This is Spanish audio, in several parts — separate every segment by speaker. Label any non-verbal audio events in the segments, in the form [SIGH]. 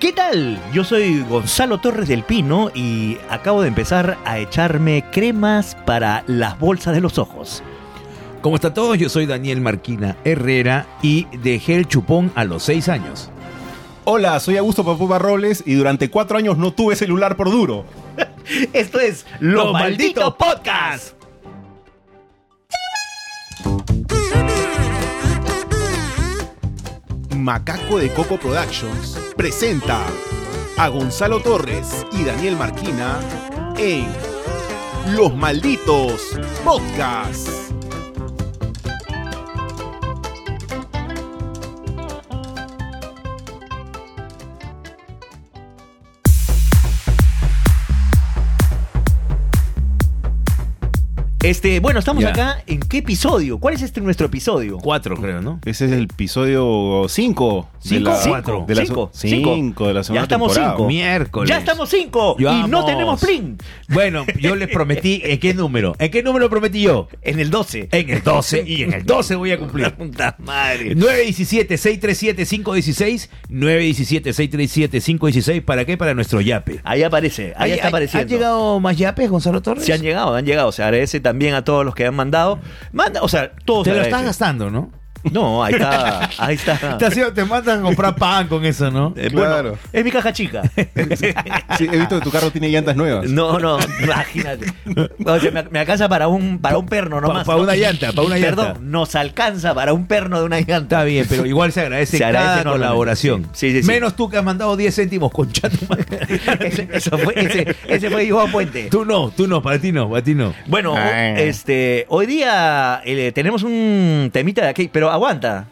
Speaker 1: ¿Qué tal? Yo soy Gonzalo Torres del Pino y acabo de empezar a echarme cremas para las bolsas de los ojos.
Speaker 2: ¿Cómo están todos? Yo soy Daniel Marquina Herrera y dejé el chupón a los 6 años.
Speaker 3: Hola, soy Augusto Papupa Robles y durante cuatro años no tuve celular por duro.
Speaker 1: Esto es Los, Malditos Podcast.
Speaker 3: Macaco de Coco Productions presenta a Gonzalo Torres y Daniel Marquina en Los Malditos Podcasts.
Speaker 1: Este, bueno, estamos
Speaker 2: Ya.
Speaker 1: acá en qué episodio? ¿Cuál es este nuestro episodio?
Speaker 2: 4 creo, ¿no?
Speaker 3: Ese es el episodio 5 de
Speaker 2: Cinco,
Speaker 3: la
Speaker 2: cuatro,
Speaker 3: de la
Speaker 1: cinco,
Speaker 3: so-
Speaker 1: cinco.
Speaker 3: cinco de la segunda
Speaker 1: Ya estamos
Speaker 3: temporada.
Speaker 1: cinco.
Speaker 2: Miércoles.
Speaker 1: Ya estamos cinco y no
Speaker 2: Vamos.
Speaker 1: tenemos print
Speaker 2: Bueno, yo les prometí, ¿en qué número? ¿En qué número prometí yo?
Speaker 1: en el 12.
Speaker 2: En el 12 y en el 12 voy
Speaker 1: [LAUGHS]
Speaker 2: a cumplir.
Speaker 1: Puta madre.
Speaker 2: 917-637-516, 917-637-516, ¿para qué? Para nuestro yape.
Speaker 1: Ahí aparece, ahí
Speaker 2: Ay,
Speaker 1: Ah, está
Speaker 2: ay,
Speaker 1: apareciendo.
Speaker 2: ¿Han llegado más yapes, Gonzalo Torres?
Speaker 1: Se han llegado, han llegado. Se agradece también a todos los que han mandado. Manda, o sea, todos.
Speaker 2: Te lo
Speaker 1: agradecen.
Speaker 2: estás gastando, ¿no?
Speaker 1: No, ahí está, ahí está.
Speaker 2: [LAUGHS] Te, haciendo- te mandan a comprar pan con eso, ¿no?
Speaker 1: Eh, bueno,
Speaker 3: Claro.
Speaker 1: es mi caja chica.
Speaker 3: Sí, he visto que tu carro tiene llantas nuevas.
Speaker 1: No, no, imagínate. O sea, me, me alcanza para un, para un perno nomás.
Speaker 2: pa' una llanta, pa' una llanta.
Speaker 1: Perdón, nos alcanza para un perno de una llanta.
Speaker 2: Está bien, pero igual se agradece,
Speaker 1: Se agradece
Speaker 2: cada
Speaker 1: enormemente.
Speaker 2: colaboración.
Speaker 1: Sí, sí, sí.
Speaker 2: Menos tú que has mandado 10 céntimos con chat.
Speaker 1: [LAUGHS] ese, eso fue, ese, ese fue Iván Puente.
Speaker 2: Tú no, tú no, para ti no, para ti no.
Speaker 1: Bueno, o-
Speaker 3: Ah.
Speaker 1: este, hoy día eh, tenemos un temita de aquí, pero aguanta.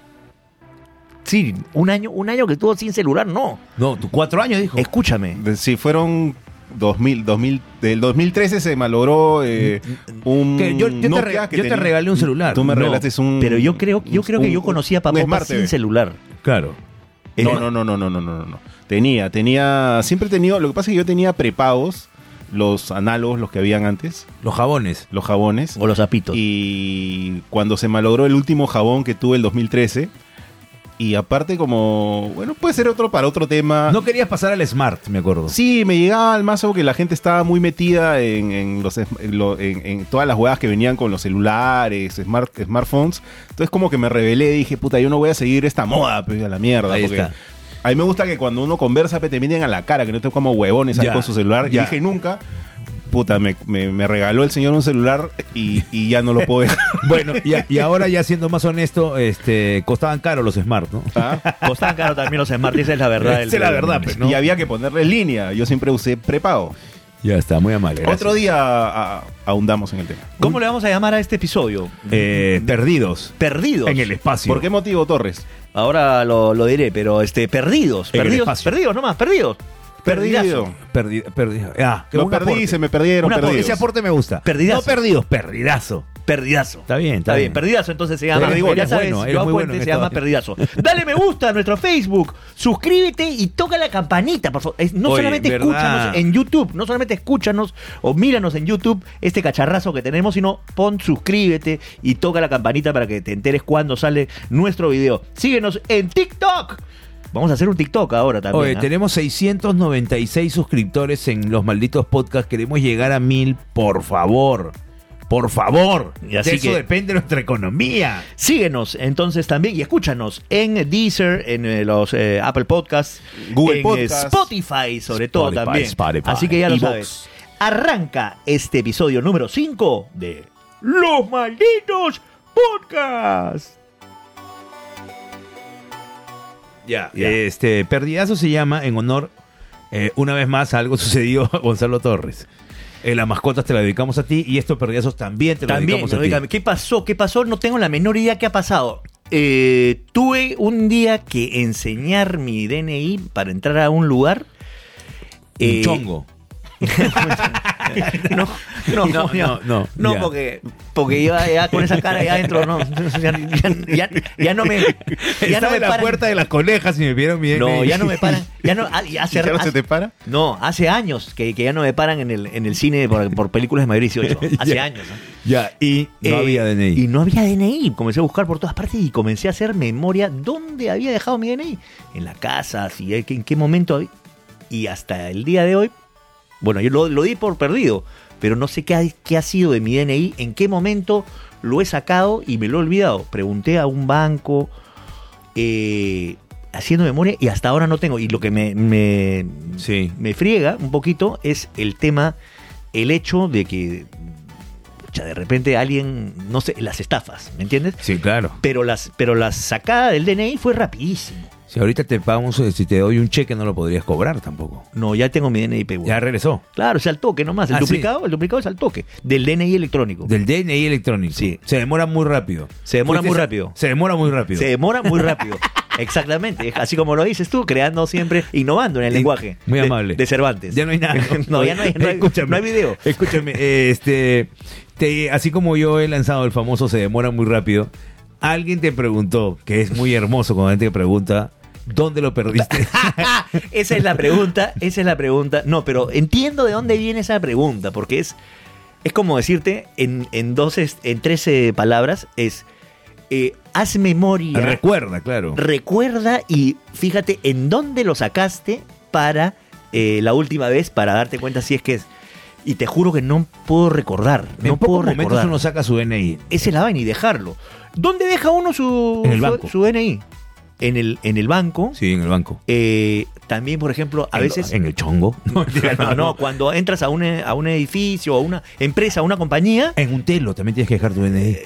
Speaker 1: Sí, un año, un año que estuvo sin celular, no.
Speaker 2: No, tú cuatro años dijo.
Speaker 1: Escúchame.
Speaker 3: De- Si fueron 2000, 2000, del 2013 se malogró eh, un
Speaker 2: Que yo- yo te
Speaker 3: Nokia
Speaker 2: rega-
Speaker 3: que
Speaker 2: yo te
Speaker 3: tenía-
Speaker 2: regalé un celular.
Speaker 3: Tú me
Speaker 2: No,
Speaker 3: regalaste un
Speaker 1: Pero yo creo, yo creo que
Speaker 3: un-
Speaker 1: yo conocí a
Speaker 3: un
Speaker 1: Papopa
Speaker 3: Smart
Speaker 1: sin
Speaker 3: TV.
Speaker 1: celular.
Speaker 2: Claro.
Speaker 3: Eh, No, no, no, no, no, no, no, no. Tenía, tenía, siempre he tenido, lo que pasa es que yo tenía prepagos, los análogos, los que habían antes,
Speaker 2: Los jabones.
Speaker 3: los jabones.
Speaker 1: O los zapitos. [LAUGHS]
Speaker 3: Y cuando se malogró el último jabón que tuve el 2013, y aparte como, bueno, puede ser otro para otro tema.
Speaker 2: No querías pasar al Smart, me acuerdo.
Speaker 3: Sí, me llegaba al mazo que la gente estaba muy metida en, en los, sm- en lo- en- en todas las huevas que venían con los celulares, smart, smartphones. Entonces como que me rebelé, dije, puta, yo no voy a seguir esta moda, pues, a la mierda.
Speaker 2: Ahí
Speaker 3: porque
Speaker 2: está.
Speaker 3: A mí me gusta que cuando uno conversa, pe, te miren a la cara, que no te como huevones ahí
Speaker 2: Ya,
Speaker 3: con su celular.
Speaker 2: ya.
Speaker 3: Y dije, nunca. Puta, me, me- me regaló el señor un celular y, y ya no lo puedo dejar.
Speaker 2: Bueno, y, a- y ahora ya siendo más honesto, este, costaban caro los Smart, ¿no?
Speaker 3: ¿ah?
Speaker 1: Costaban caro también los Smart, esa es la verdad. del-
Speaker 2: Esa es la
Speaker 1: del-
Speaker 2: verdad, pues, [LAUGHS] ¿no?
Speaker 3: Y había que ponerle línea. Yo siempre usé prepago.
Speaker 2: Ya está, muy amable. gracias.
Speaker 3: Otro día a- a- ahondamos en el tema.
Speaker 1: ¿Cómo le vamos a llamar a este episodio?
Speaker 2: Eh, perdidos.
Speaker 1: Perdidos.
Speaker 2: En el espacio.
Speaker 3: ¿Por qué motivo, Torres?
Speaker 1: Ahora lo, lo diré, pero este, perdidos.
Speaker 2: En el
Speaker 1: Perdidos,
Speaker 2: espacio.
Speaker 1: perdidos nomás, perdidos. Perdidazo.
Speaker 3: Perdido.
Speaker 2: Perdido. perdido. Ah, qué
Speaker 3: Lo
Speaker 2: buen
Speaker 3: perdí,
Speaker 2: aporte.
Speaker 3: se me perdieron,
Speaker 1: Un aporte,
Speaker 3: perdidos.
Speaker 2: Ese aporte me gusta.
Speaker 1: Perdidazo.
Speaker 2: No perdidos, perdidazo.
Speaker 1: Perdidazo.
Speaker 2: Está bien, está
Speaker 1: Está bien,
Speaker 2: bien.
Speaker 1: perdidazo entonces se llama.
Speaker 3: Eres bueno,
Speaker 1: ya
Speaker 2: eres
Speaker 1: sabes,
Speaker 2: bueno, eres
Speaker 1: Joao
Speaker 2: muy
Speaker 1: Puente
Speaker 2: bueno en
Speaker 1: se
Speaker 2: esto.
Speaker 1: llama perdidazo. Dale me gusta a nuestro Facebook, suscríbete y toca la campanita, por favor. Es- No
Speaker 2: Oye,
Speaker 1: solamente
Speaker 2: ¿verdad?
Speaker 1: escúchanos en YouTube, no solamente escúchanos o míranos en YouTube este cacharrazo que tenemos, sino pon suscríbete y toca la campanita para que te enteres cuando sale nuestro video. Síguenos en TikTok. Vamos a hacer un TikTok ahora también.
Speaker 2: Oye,
Speaker 1: ¿ah?
Speaker 2: tenemos 696 suscriptores en los malditos podcasts. Queremos llegar a mil, por favor. Por favor.
Speaker 1: Y así
Speaker 2: de eso
Speaker 1: que-
Speaker 2: depende de nuestra economía.
Speaker 1: Síguenos entonces también y escúchanos en Deezer, en eh, los eh, Apple Podcasts,
Speaker 3: Google
Speaker 1: en
Speaker 3: Podcasts.
Speaker 1: eh, Spotify sobre todo
Speaker 2: Spotify,
Speaker 1: también.
Speaker 2: Spotify,
Speaker 1: Así que ya lo
Speaker 2: Evox.
Speaker 1: sabes. Arranca este episodio número 5 de Los Malditos Podcasts.
Speaker 2: Ya.
Speaker 1: Ya.
Speaker 2: Este, Perdidazo se llama en honor, eh, una vez más, a algo [LAUGHS] sucedió a Gonzalo Torres. Eh, las mascotas te la dedicamos a ti y estos perdidazos también te los
Speaker 1: También,
Speaker 2: dedicamos a
Speaker 1: oígame,
Speaker 2: ti.
Speaker 1: ¿qué pasó? ¿Qué pasó? No tengo la menor idea qué ha pasado. Eh, tuve un día que enseñar mi DNI para entrar a un lugar.
Speaker 2: Un
Speaker 1: Eh,
Speaker 2: chongo.
Speaker 1: no, no,
Speaker 2: [LAUGHS] No,
Speaker 1: no, no,
Speaker 2: no, no, ya.
Speaker 1: porque, porque yo ya con esa cara ya adentro, no, ya, ya- ya- ya no me, ya no
Speaker 2: Estaba
Speaker 1: me
Speaker 2: en la
Speaker 1: paran.
Speaker 2: puerta de las conejas y me vieron bien.
Speaker 1: no,
Speaker 2: [LAUGHS]
Speaker 1: ya no me paran, ya no, ah, y hace,
Speaker 3: ¿Y ya no se
Speaker 1: hace-
Speaker 3: te para?
Speaker 1: no, hace años que, que ya no me paran en el, en el cine por, por películas de Madrid
Speaker 2: [LAUGHS]
Speaker 1: 18, hace
Speaker 2: Ya.
Speaker 1: años. ¿no?
Speaker 2: Ya, y no
Speaker 1: Eh,
Speaker 2: había DNI.
Speaker 1: Y no había DNI. Comencé a buscar por todas partes y comencé a hacer memoria dónde había dejado mi DNI. En la casa, si, en qué momento había- y hasta el día de hoy, bueno, yo lo, lo di por perdido, pero no sé qué ha, qué ha sido de mi DNI, en qué momento lo he sacado y me lo he olvidado. Pregunté a un banco, eh, haciendo memoria, y hasta ahora no tengo. Y lo que me, me,
Speaker 2: Sí.
Speaker 1: me friega un poquito es el tema, el hecho de que pucha, de repente alguien, no sé, las estafas, ¿me entiendes?
Speaker 2: Sí, claro.
Speaker 1: Pero las, pero la sacada del DNI fue rapidísimo.
Speaker 2: Si ahorita te pagamos, eh, si te doy un cheque, no lo podrías cobrar tampoco.
Speaker 1: No, ya tengo mi DNI P1.
Speaker 2: Ya regresó.
Speaker 1: Claro, es al toque nomás. El
Speaker 2: Ah, sí.
Speaker 1: duplicado, el duplicado es al toque. Del DNI electrónico.
Speaker 2: Del DNI electrónico.
Speaker 1: Sí.
Speaker 2: Se demora muy rápido.
Speaker 1: Se demora
Speaker 2: Fuiste
Speaker 1: muy
Speaker 2: sa-
Speaker 1: rápido.
Speaker 2: Se demora muy rápido.
Speaker 1: Se demora muy
Speaker 2: [LAUGHS]
Speaker 1: rápido. Exactamente. Es Así como lo dices tú, creando siempre, innovando en el
Speaker 2: Y-
Speaker 1: lenguaje.
Speaker 2: muy
Speaker 1: de-
Speaker 2: amable.
Speaker 1: De Cervantes.
Speaker 2: Ya no hay nada.
Speaker 1: [LAUGHS] no, ya no hay, no hay-
Speaker 2: [LAUGHS] Escúchame.
Speaker 1: no hay video.
Speaker 2: Escúchame, eh, este, te- así como yo he lanzado el famoso se demora muy rápido, alguien te preguntó, que es muy hermoso cuando alguien te pregunta, ¿dónde lo
Speaker 1: [LAUGHS]
Speaker 2: perdiste?
Speaker 1: Esa es la pregunta, esa es la pregunta. No, pero entiendo de dónde viene esa pregunta, porque es, es como decirte en, en, dos, es- en 13 palabras, es, eh, haz memoria,
Speaker 2: Recuerda, claro.
Speaker 1: recuerda y fíjate en dónde lo sacaste para eh, la última vez, para darte cuenta si es que es. Y te juro que no puedo recordar, no
Speaker 2: en pocos
Speaker 1: puedo
Speaker 2: momentos
Speaker 1: recordar.
Speaker 2: uno saca su DNI.
Speaker 1: Esa es la vaina y dejarlo. ¿Dónde deja uno su,
Speaker 2: En el
Speaker 1: su-
Speaker 2: banco.
Speaker 1: su DNI? En el, en el banco.
Speaker 2: Sí, en el banco.
Speaker 1: Eh, también, por ejemplo, a
Speaker 2: En-
Speaker 1: veces...
Speaker 2: En
Speaker 1: [LAUGHS]
Speaker 2: el chongo. No, mentira,
Speaker 1: No, no, cuando entras a un, e- a un edificio, a una empresa, a una compañía.
Speaker 2: En un telo también tienes que dejar tu DNI.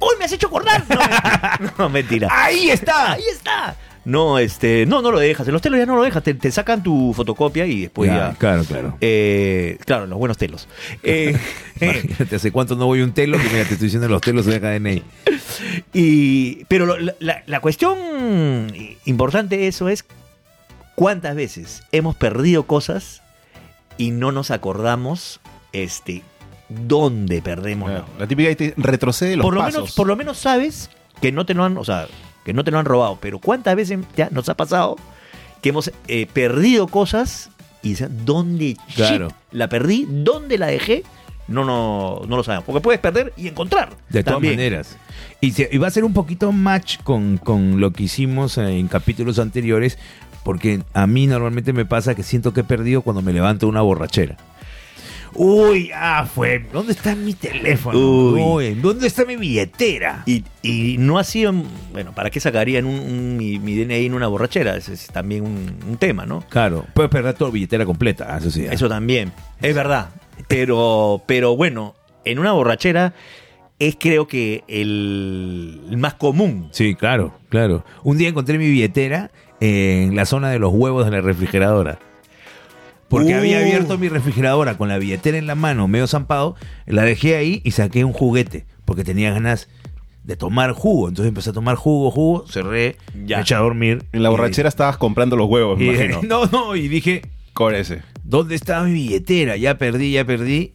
Speaker 1: ¡Uy, me has hecho acordar! No, [LAUGHS] No, mentira.
Speaker 2: ¡Ahí está!
Speaker 1: Ahí está. No, este, no, no lo dejas. En los telos ya no lo dejas. Te, te sacan tu fotocopia y después
Speaker 2: Pues Ya,
Speaker 1: ya.
Speaker 2: Claro, claro.
Speaker 1: Eh, claro, los buenos telos. [LAUGHS] Eh,
Speaker 2: Imagínate, hace cuánto no voy a un telo que mira, te estoy diciendo los telos de DNI.
Speaker 1: y, pero lo- la, la- la cuestión importante de eso es cuántas veces hemos perdido cosas y no nos acordamos este, dónde perdemos
Speaker 3: Claro,
Speaker 1: la-
Speaker 3: La típica ahí te retrocede los
Speaker 1: por lo
Speaker 3: pasos.
Speaker 1: menos por lo menos sabes que no te lo han o sea que no te lo han robado pero cuántas veces ya nos ha pasado que hemos eh, perdido cosas y dices, dónde shit,
Speaker 2: Claro.
Speaker 1: la perdí dónde la dejé no no no lo sabemos porque puedes perder y encontrar
Speaker 2: De todas
Speaker 1: también.
Speaker 2: maneras. Y, se- y va a ser un poquito match con, con lo que hicimos eh, en capítulos anteriores, porque a mí normalmente me pasa que siento que he perdido cuando me levanto de una borrachera. Uy, ah, fue. ¿Dónde está mi teléfono?
Speaker 1: Uy.
Speaker 2: Uy, ¿dónde está mi billetera?
Speaker 1: y, y no ha sido bueno para qué sacarían un, un- mi, mi DNI en una borrachera ese es también un, un tema no
Speaker 2: Claro, puedes perder tu billetera completa. ah, Eso sí. ah.
Speaker 1: Eso también. Es verdad. Pero, pero bueno, en una borrachera es creo que el, el más común.
Speaker 2: Sí, claro, claro. Un día encontré mi billetera en la zona de los huevos de la refrigeradora. Porque
Speaker 1: Uh.
Speaker 2: había abierto mi refrigeradora con la billetera en la mano, medio zampado, la dejé ahí y saqué un juguete, porque tenía ganas de tomar jugo. Entonces empecé a tomar jugo, jugo, cerré,
Speaker 1: Ya.
Speaker 2: me eché a dormir.
Speaker 3: En la
Speaker 2: Y-
Speaker 3: borrachera estabas comprando los huevos, me
Speaker 2: y-
Speaker 3: imagino.
Speaker 1: [LAUGHS]
Speaker 2: [LAUGHS] no, no, y dije,
Speaker 3: Con ese.
Speaker 2: ¿dónde estaba mi billetera? Ya perdí, ya perdí.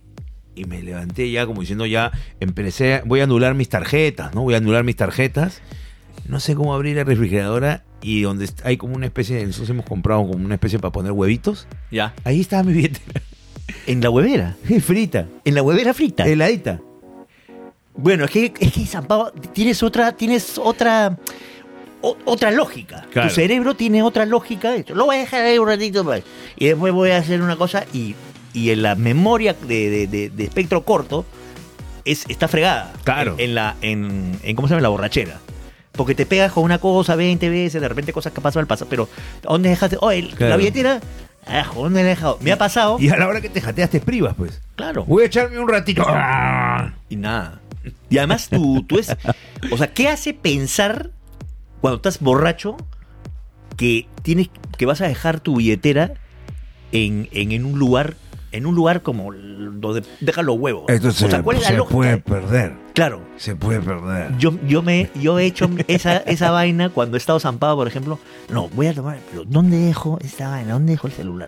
Speaker 2: Y me levanté ya como diciendo, ya empecé, voy a anular mis tarjetas, ¿no? Voy a anular mis tarjetas. No sé cómo abrir la refrigeradora y donde est- hay como una especie, de- nosotros hemos comprado como una especie para poner huevitos.
Speaker 1: Ya.
Speaker 2: Ahí estaba mi billetera.
Speaker 1: En la huevera.
Speaker 2: Frita,
Speaker 1: En la huevera frita.
Speaker 2: heladita.
Speaker 1: Bueno, es que, es que zampado, tienes otra, tienes otra. o- otra lógica.
Speaker 2: Claro.
Speaker 1: Tu cerebro tiene otra lógica. Lo voy a dejar ahí un ratito más. Y después voy a hacer una cosa. Y, y en la memoria de, de- de- de espectro corto es, está fregada.
Speaker 2: Claro.
Speaker 3: Eh,
Speaker 1: En, en la. En, en- ¿Cómo se llama? En La borrachera. Porque te pegas con una cosa 20 veces, de repente cosas que pasan al pasar. Pero, ¿dónde dejaste? Oh, el-
Speaker 2: Claro.
Speaker 1: la billetera. Ah, ¿dónde la he dejado? Me ha pasado.
Speaker 2: Y a la hora que te jateas te privas, pues.
Speaker 1: claro.
Speaker 2: Voy a echarme un ratito. ¡Ah!
Speaker 1: y nada. Y además tú, tú es... O sea, ¿qué hace pensar cuando estás borracho que tienes que vas a dejar tu billetera en, en, en un lugar en un lugar como l- donde dejan los huevos?
Speaker 2: Esto
Speaker 1: o sea, ¿cuál es la lógica?
Speaker 2: perder,
Speaker 1: Claro.
Speaker 2: se puede perder.
Speaker 1: Yo, yo me yo he hecho esa, esa vaina cuando he estado zampado, por ejemplo. No, voy a tomar, pero ¿dónde dejo esta vaina? ¿Dónde dejo el celular?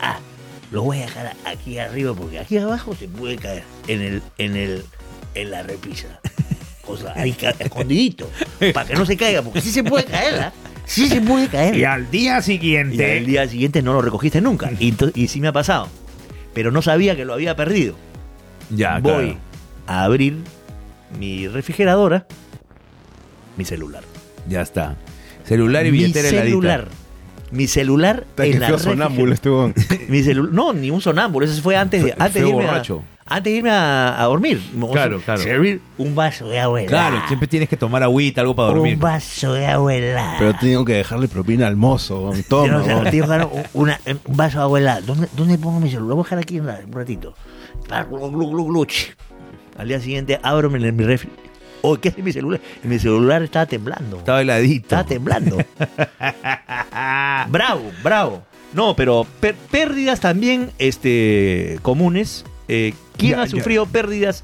Speaker 1: Ah, lo voy a dejar aquí arriba porque aquí abajo se puede caer en el en el en la repisa. O sea, ahí ca- escondidito para que no se caiga, porque sí se puede caer, ¿ah? Sí se puede caer.
Speaker 2: Y al día siguiente...
Speaker 1: Y al día siguiente no lo recogiste nunca. Y, to- y sí me ha pasado. Pero no sabía que lo había perdido
Speaker 2: Ya,
Speaker 1: voy
Speaker 2: Ah, claro.
Speaker 1: a abrir mi refrigeradora, mi celular.
Speaker 2: Ya está. Celular y
Speaker 1: mi
Speaker 2: billetera heladita.
Speaker 1: celular. mi celular
Speaker 3: Puta, que
Speaker 1: en la
Speaker 3: feo
Speaker 1: refri-
Speaker 3: sonámbulo
Speaker 1: [LAUGHS]
Speaker 3: este weón.
Speaker 1: mi celu- no, ni un sonámbulo, eso fue antes de,
Speaker 2: Fue-
Speaker 1: antes de
Speaker 2: fue
Speaker 1: irme, a,
Speaker 2: borracho.
Speaker 1: antes de irme a, a dormir. Me voy a
Speaker 2: Claro, claro.
Speaker 1: Servir un vaso de agua helada.
Speaker 2: Claro, siempre tienes que tomar agüita, algo para dormir.
Speaker 1: Un vaso de agua helada.
Speaker 3: Pero tengo que dejarle propina al mozo, weón.
Speaker 1: Yo
Speaker 3: Toma,
Speaker 1: no sé,
Speaker 3: weón.
Speaker 1: tío, claro, una- eh, un vaso de agua helada. ¿Dónde, dónde pongo mi celular? Lo voy a dejar aquí en la- un ratito. Pa, glu, glu, glu, glu, chi. Al día siguiente abro mi, mi refri. Oh, ¿qué es mi celular? Y mi celular estaba temblando.
Speaker 2: Estaba heladito.
Speaker 1: Estaba temblando. bravo, bravo. No, pero per- pérdidas también este, comunes. Eh, ¿Quién
Speaker 3: Ya,
Speaker 1: ha
Speaker 3: ya.
Speaker 1: sufrido pérdidas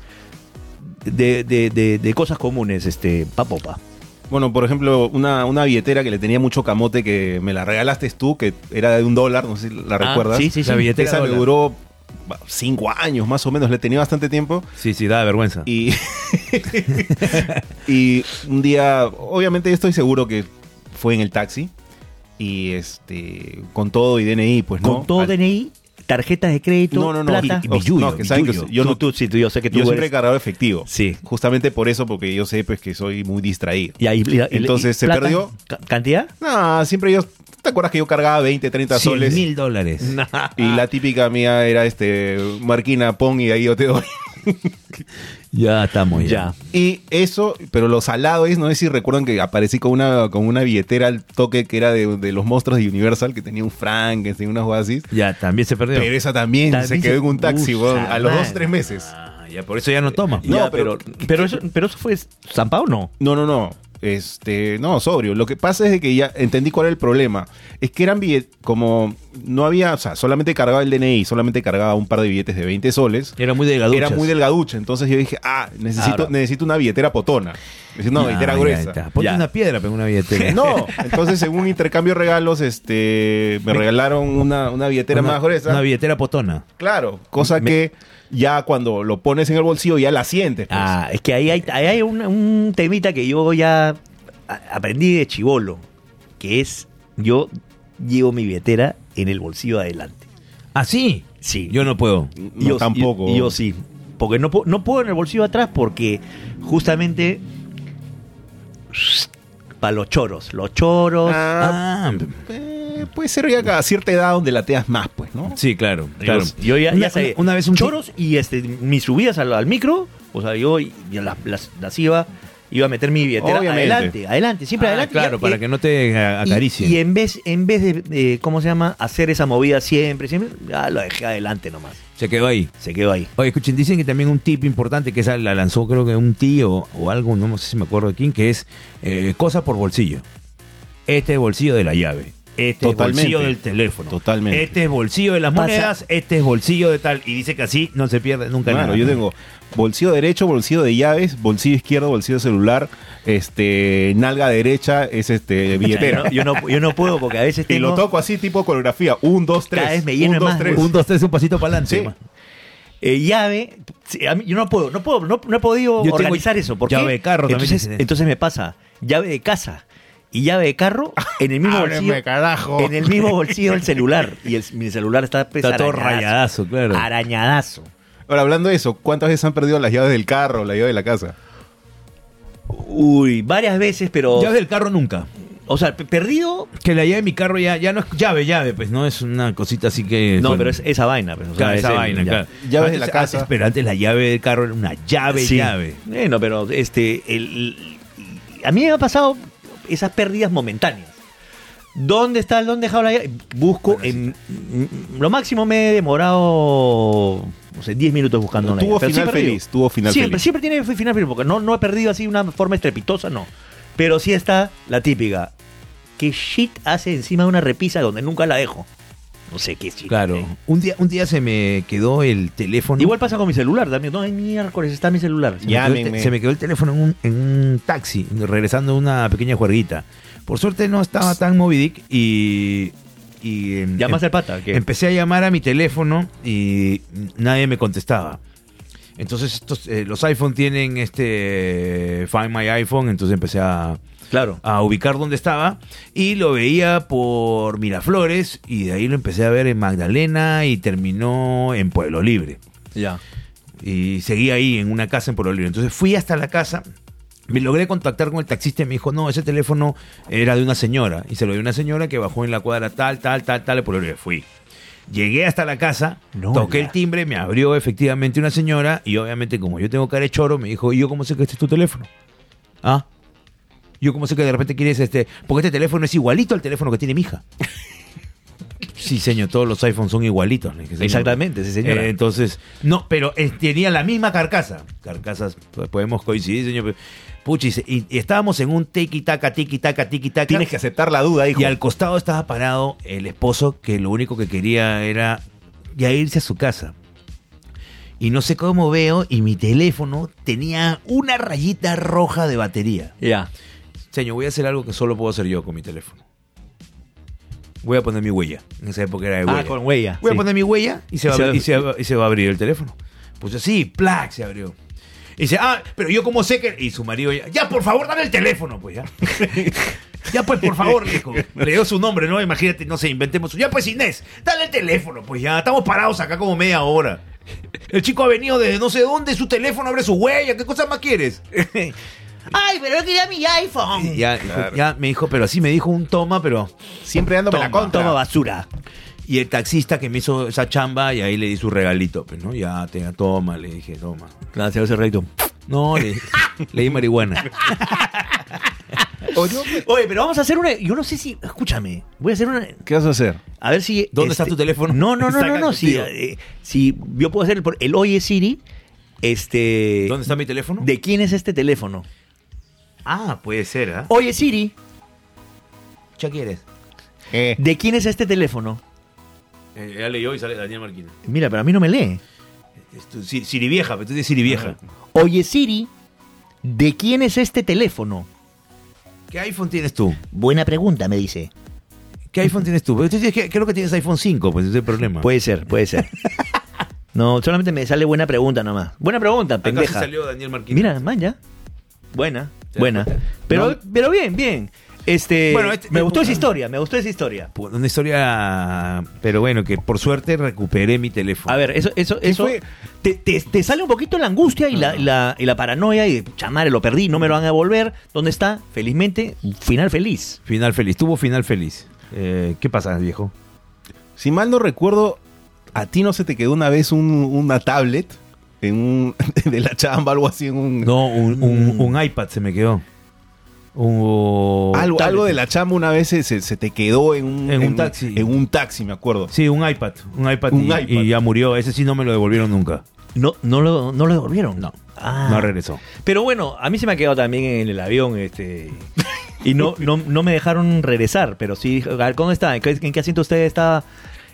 Speaker 1: de, de- de- de cosas comunes, este, papopa?
Speaker 3: Bueno, por ejemplo, una, una billetera que le tenía mucho camote que me la regalaste tú, que era de un dólar, no sé si la recuerdas.
Speaker 1: Ah, sí, sí, sí.
Speaker 2: La billetera
Speaker 3: Esa me
Speaker 2: dólar.
Speaker 3: duró bah, cinco años más o menos, le tenía bastante tiempo.
Speaker 2: Sí, sí, da vergüenza.
Speaker 3: Y, [LAUGHS] y un día, obviamente estoy seguro que fue en el taxi. Y este, con todo y DNI, pues no.
Speaker 1: Con todo
Speaker 3: Al-
Speaker 1: DNI, tarjetas de crédito,
Speaker 3: No, no, no.
Speaker 1: plata.
Speaker 3: Y- y billuyo,
Speaker 1: No, que
Speaker 3: billuyo.
Speaker 1: saben que yo
Speaker 3: Tú-
Speaker 1: no, tú, sí, tú, yo sé que tú
Speaker 3: Yo siempre he
Speaker 1: eres-
Speaker 3: cargado efectivo.
Speaker 1: Sí.
Speaker 3: Justamente por eso, porque yo sé pues que soy muy distraído.
Speaker 1: y ahí- y- y-
Speaker 3: Entonces, ¿se
Speaker 1: plata,
Speaker 3: perdió?
Speaker 1: ca- ¿Cantidad?
Speaker 3: No, siempre yo. ¿Te acuerdas que yo cargaba 20, 30
Speaker 2: 100
Speaker 3: soles?
Speaker 2: mil dólares.
Speaker 3: Y la típica mía era este, Marquina, pon y ahí yo te doy.
Speaker 2: Ya estamos, ya.
Speaker 3: Y eso, pero lo salado es, no sé si recuerdan que aparecí con una, con una billetera al toque que era de, de los monstruos de Universal, que tenía un Frank, que tenía unas oasis.
Speaker 2: Ya, también se perdió.
Speaker 3: Pero esa también,
Speaker 1: También
Speaker 3: se
Speaker 1: se-
Speaker 3: quedó en un taxi,
Speaker 1: Usa,
Speaker 3: weón, a los dos,
Speaker 1: man.
Speaker 3: tres meses.
Speaker 2: Ah, ya, por eso ya no toma.
Speaker 3: No,
Speaker 1: No,
Speaker 3: pero-
Speaker 1: pero, pero, eso, pero eso fue zampado o no.
Speaker 3: No, no, no. Este, no, sobrio. Lo que pasa es de que ya entendí cuál era el problema. Es que eran billetes, como no había, o sea, solamente cargaba el DNI, solamente cargaba un par de billetes de 20 soles.
Speaker 2: Era muy delgaducho.
Speaker 3: Era muy delgaducha, entonces yo dije, ah, necesito,
Speaker 2: Ahora.
Speaker 3: necesito una billetera potona. Necesito una billetera gruesa.
Speaker 2: Ponte
Speaker 1: Ya.
Speaker 2: una piedra, pero una [LAUGHS]
Speaker 3: [LAUGHS]
Speaker 2: billetera.
Speaker 3: No, entonces en un intercambio de regalos, este, me regalaron una, una billetera
Speaker 2: Una-
Speaker 3: más gruesa.
Speaker 2: Una billetera potona.
Speaker 3: claro, cosa que ya cuando lo pones en el bolsillo ya la sientes. pues.
Speaker 1: Ah, es que ahí hay, ahí hay un, un temita que yo ya a- aprendí de chivolo, que es yo llevo mi billetera en el bolsillo de adelante.
Speaker 2: ¿Ah, sí?
Speaker 1: Sí.
Speaker 2: Yo no puedo.
Speaker 3: No, tampoco.
Speaker 1: Yo, yo sí. Porque no, pu- no puedo en el bolsillo de atrás porque justamente para los choros. Los choros.
Speaker 2: Ah,
Speaker 3: Eh, puede ser ya a cierta edad donde lateas más, pues, ¿no?
Speaker 2: sí, claro. claro.
Speaker 1: claro. Yo ya, ya
Speaker 2: Una-
Speaker 1: sabía.
Speaker 2: una vez un ti-
Speaker 1: choros y este mis subidas al, al micro, o sea, yo, y- y las, las- las iba iba a meter mi billetera
Speaker 3: Obviamente.
Speaker 1: adelante, adelante, siempre
Speaker 2: Ah,
Speaker 1: adelante.
Speaker 2: Claro,
Speaker 1: ya-
Speaker 2: para
Speaker 1: eh,
Speaker 2: que no te a-
Speaker 1: y-
Speaker 2: acaricien.
Speaker 1: Y, en vez en vez de eh, cómo se llama, hacer esa movida siempre, siempre, ya lo dejé adelante nomás.
Speaker 2: Se quedó ahí.
Speaker 1: Se quedó ahí.
Speaker 2: Oye, escuchen, dicen que también un tip importante que esa la lanzó creo que un tío o algo, no sé si me acuerdo de quién, que es eh, cosa por bolsillo. Este es bolsillo de la llave. Este
Speaker 3: Totalmente.
Speaker 2: es bolsillo del teléfono.
Speaker 3: Totalmente.
Speaker 2: Este es bolsillo de las
Speaker 1: Pasa.
Speaker 2: monedas, este es bolsillo de tal. Y dice que así no se pierde nunca
Speaker 3: Claro,
Speaker 2: nada.
Speaker 3: yo tengo bolsillo derecho, bolsillo de llaves, bolsillo izquierdo, bolsillo celular, este, nalga derecha,
Speaker 1: [LAUGHS]
Speaker 3: es este, billetera.
Speaker 1: Yo no, yo no puedo porque a
Speaker 2: [LAUGHS]
Speaker 1: veces
Speaker 3: Y
Speaker 1: tengo,
Speaker 3: lo toco así, tipo coreografía. Un, dos, tres.
Speaker 1: Cada vez me lleno
Speaker 3: un, dos,
Speaker 1: más,
Speaker 3: tres.
Speaker 2: Un, dos, tres, un pasito para adelante.
Speaker 3: Sí.
Speaker 2: ma.
Speaker 1: eh, llave. sí, a mí- yo no puedo, no puedo, no, no he podido
Speaker 2: Yo tengo
Speaker 1: organizar eso. ¿por qué?
Speaker 2: llave de carro también
Speaker 1: entonces,
Speaker 2: tiene.
Speaker 1: entonces me pasa llave de casa y llave de carro en el mismo
Speaker 3: [LAUGHS] Ábreme,
Speaker 1: bolsillo.
Speaker 3: carajo.
Speaker 1: En el mismo bolsillo del celular. Y el- mi celular está pues,
Speaker 2: Está todo
Speaker 1: arañadazo.
Speaker 2: rayadazo, claro.
Speaker 1: Arañadazo.
Speaker 3: Ahora, hablando de eso, ¿cuántas veces han perdido las llaves del carro, la llave de la casa?
Speaker 1: Uy, varias veces, pero.
Speaker 2: Llave del carro nunca.
Speaker 1: O sea, pe- perdido.
Speaker 2: Que la llave de mi carro ya, ya no es llave, llave, pues no es una cosita así que.
Speaker 1: No,
Speaker 2: suena.
Speaker 1: pero es esa vaina. pues, o sea,
Speaker 2: Claro,
Speaker 1: es
Speaker 2: esa
Speaker 1: el-
Speaker 2: vaina,
Speaker 1: ya.
Speaker 2: claro.
Speaker 3: Llaves de la
Speaker 2: Antes-
Speaker 3: casa.
Speaker 2: antes- pero antes la llave del carro era una llave,
Speaker 1: Sí.
Speaker 2: llave.
Speaker 1: Bueno, pero este, el- el- a mí me ha pasado esas pérdidas momentáneas. ¿Dónde está? ¿Dónde he dejado la llave? Busco en mm, lo máximo me he demorado no sé, 10 minutos buscando una
Speaker 3: Tuvo
Speaker 1: llave, pero
Speaker 3: final
Speaker 1: sí he perdido.
Speaker 3: feliz, tuvo final
Speaker 1: siempre,
Speaker 3: feliz.
Speaker 1: siempre tiene final feliz porque no, no he perdido así una forma estrepitosa, no. Pero sí está la típica. ¿Qué shit hace encima de una repisa donde nunca la dejo? No sé qué shit.
Speaker 2: Claro. Un día, un día se me quedó el teléfono.
Speaker 1: Igual pasa con mi celular también. No, hay miércoles está mi celular.
Speaker 2: se me, quedó el,
Speaker 3: Llámenme.
Speaker 2: te- se me quedó el teléfono en un, en un taxi, regresando a una pequeña juerguita. Por suerte no estaba tan movidic y. y em,
Speaker 1: Llamas
Speaker 2: em-
Speaker 1: al pata. ¿qué?
Speaker 2: Empecé a llamar a mi teléfono y nadie me contestaba. Entonces estos, eh, los iPhone tienen este Find My iPhone, entonces empecé a,
Speaker 1: Claro.
Speaker 2: a ubicar dónde estaba y lo veía por Miraflores y de ahí lo empecé a ver en Magdalena y terminó en Pueblo Libre.
Speaker 1: Ya.
Speaker 2: Y seguí ahí en una casa en Pueblo Libre. Entonces fui hasta la casa, Me logré contactar con el taxista y me dijo, no, ese teléfono era de una señora. Y se lo dio una señora que bajó en la cuadra tal, tal, tal, tal, por el fui. Llegué hasta la casa,
Speaker 1: No,
Speaker 2: toqué
Speaker 1: la-
Speaker 2: el timbre, me abrió efectivamente una señora y obviamente como yo tengo cara de choro, me dijo, ¿y yo cómo sé que este es tu teléfono? ¿Ah? Yo como sé que de repente quieres este, porque este teléfono es igualito al teléfono que tiene
Speaker 1: [LAUGHS]
Speaker 2: mi hija. sí, señor, todos los iPhones son igualitos. le dije, "Señor".
Speaker 1: Exactamente, sí, señora.
Speaker 2: Eh, entonces, no, pero eh, tenía la misma carcasa. Carcasas, pues, podemos coincidir, señor. pero- Pucha, y, se- y- y estábamos en un tiki taca, tiki taca, tiki taca.
Speaker 3: Tienes que aceptar la duda, hijo.
Speaker 2: Y al costado estaba parado el esposo que lo único que quería era ya irse a su casa. Y no sé cómo veo, y mi teléfono tenía una rayita roja de batería.
Speaker 1: Ya.
Speaker 2: Señor, voy a hacer algo que solo puedo hacer yo con mi teléfono. Voy a poner mi huella. En esa época era de huella.
Speaker 1: Ah, con huella.
Speaker 2: Voy
Speaker 1: sí.
Speaker 2: a poner mi huella y se va, a
Speaker 1: Y se
Speaker 2: abrir-
Speaker 1: va-
Speaker 2: y se va- y se va a abrir el teléfono. Pues así, plac, se abrió. Y dice, ah, pero yo como sé que... Y su marido ya, ya, por favor, dame el teléfono, pues ya. [LAUGHS] ya, pues, por favor, le dijo. Le dio su nombre, ¿no? Imagínate, no sé, inventemos. su- Ya, pues, Inés, dale el teléfono, pues ya. Estamos parados acá como media hora. El chico ha venido desde no sé dónde, su teléfono abre su huella, ¿qué cosa más quieres? [LAUGHS] Ay, pero yo quería mi iPhone. Y Ya, dijo, ya me dijo, pero así me dijo un toma, pero...
Speaker 3: Siempre dándome la
Speaker 2: Toma.
Speaker 3: contra.
Speaker 1: Toma basura.
Speaker 2: Y el taxista que me hizo esa chamba y ahí le di su regalito, pues, ¿no? Ya, te, toma, le dije, toma.
Speaker 1: Gracias, ese recto.
Speaker 2: No, le, [LAUGHS] le di marihuana.
Speaker 3: O yo me-
Speaker 1: Oye, pero vamos a hacer una. Yo no sé si. Escúchame. Voy a hacer una.
Speaker 3: ¿Qué vas a hacer?
Speaker 1: A ver si. este
Speaker 2: ¿Dónde está tu teléfono?
Speaker 1: No, no, no,
Speaker 2: Saca
Speaker 1: no, no.
Speaker 2: tu
Speaker 1: Si,
Speaker 2: tío.
Speaker 1: eh, si yo puedo hacer el, por- el Oye Siri, este.
Speaker 2: [LAUGHS] ¿Dónde está mi teléfono?
Speaker 1: ¿De quién es este teléfono?
Speaker 2: Ah, puede ser, ¿ah?
Speaker 1: Oye Siri,
Speaker 2: ¿Qué quieres?
Speaker 3: Eh,
Speaker 1: ¿de quién es este teléfono?
Speaker 2: Eh, ya leyó y sale Daniel Marquina.
Speaker 1: Mira, pero a mí no me lee.
Speaker 2: Siri vieja, pero tú dices Siri vieja.
Speaker 1: Oye Siri, ¿de quién es este teléfono?
Speaker 2: ¿Qué iPhone tienes tú?
Speaker 1: Buena pregunta, me dice.
Speaker 2: ¿Qué iPhone tienes tú? Pero tú dices que- creo que tienes iPhone 5, pues ese es el problema.
Speaker 1: Puede ser, puede ser. No, solamente me sale buena pregunta nomás. Buena pregunta,
Speaker 2: Acá sí
Speaker 1: pendeja.
Speaker 2: salió Daniel Marquina.
Speaker 1: Mira, man, ya. Buena, buena.
Speaker 2: cuenta?
Speaker 1: Pero,
Speaker 2: No.
Speaker 1: pero bien, bien. Este,
Speaker 2: Bueno, este-
Speaker 1: me gustó esa historia, me gustó esa historia.
Speaker 2: Una historia, pero bueno, que por suerte recuperé mi teléfono.
Speaker 1: A ver, eso, eso, eso
Speaker 3: fue?
Speaker 1: te, te- te sale un poquito la angustia y la, y la- y la paranoia y chamare, lo perdí, no me lo van a devolver. ¿Dónde está? Felizmente, un final feliz.
Speaker 2: Final feliz, tuvo final feliz. Eh, ¿Qué pasa, viejo?
Speaker 3: si mal no recuerdo, a ti no se te quedó una vez un- una tablet en un, [LAUGHS] de la chamba, algo así, en un...
Speaker 2: No, un,
Speaker 3: Mm.
Speaker 2: un- un iPad se me quedó. Un-
Speaker 3: Algo,
Speaker 2: tablet.
Speaker 3: algo de la chamba una vez se, se- se te quedó en un,
Speaker 2: En un taxi.
Speaker 3: En un taxi, me acuerdo.
Speaker 2: Sí, un iPad. Un iPad,
Speaker 3: Un
Speaker 2: y,
Speaker 3: iPad.
Speaker 2: y ya murió. Ese sí no me lo devolvieron nunca.
Speaker 1: No, no, lo, no lo devolvieron.
Speaker 2: No.
Speaker 1: Ah.
Speaker 2: No regresó.
Speaker 1: Pero bueno, a mí se me ha quedado también en el avión, este. Y no, no, no me dejaron regresar, pero sí, dije, a ver, ¿dónde está? ¿En qué, en qué asiento usted está?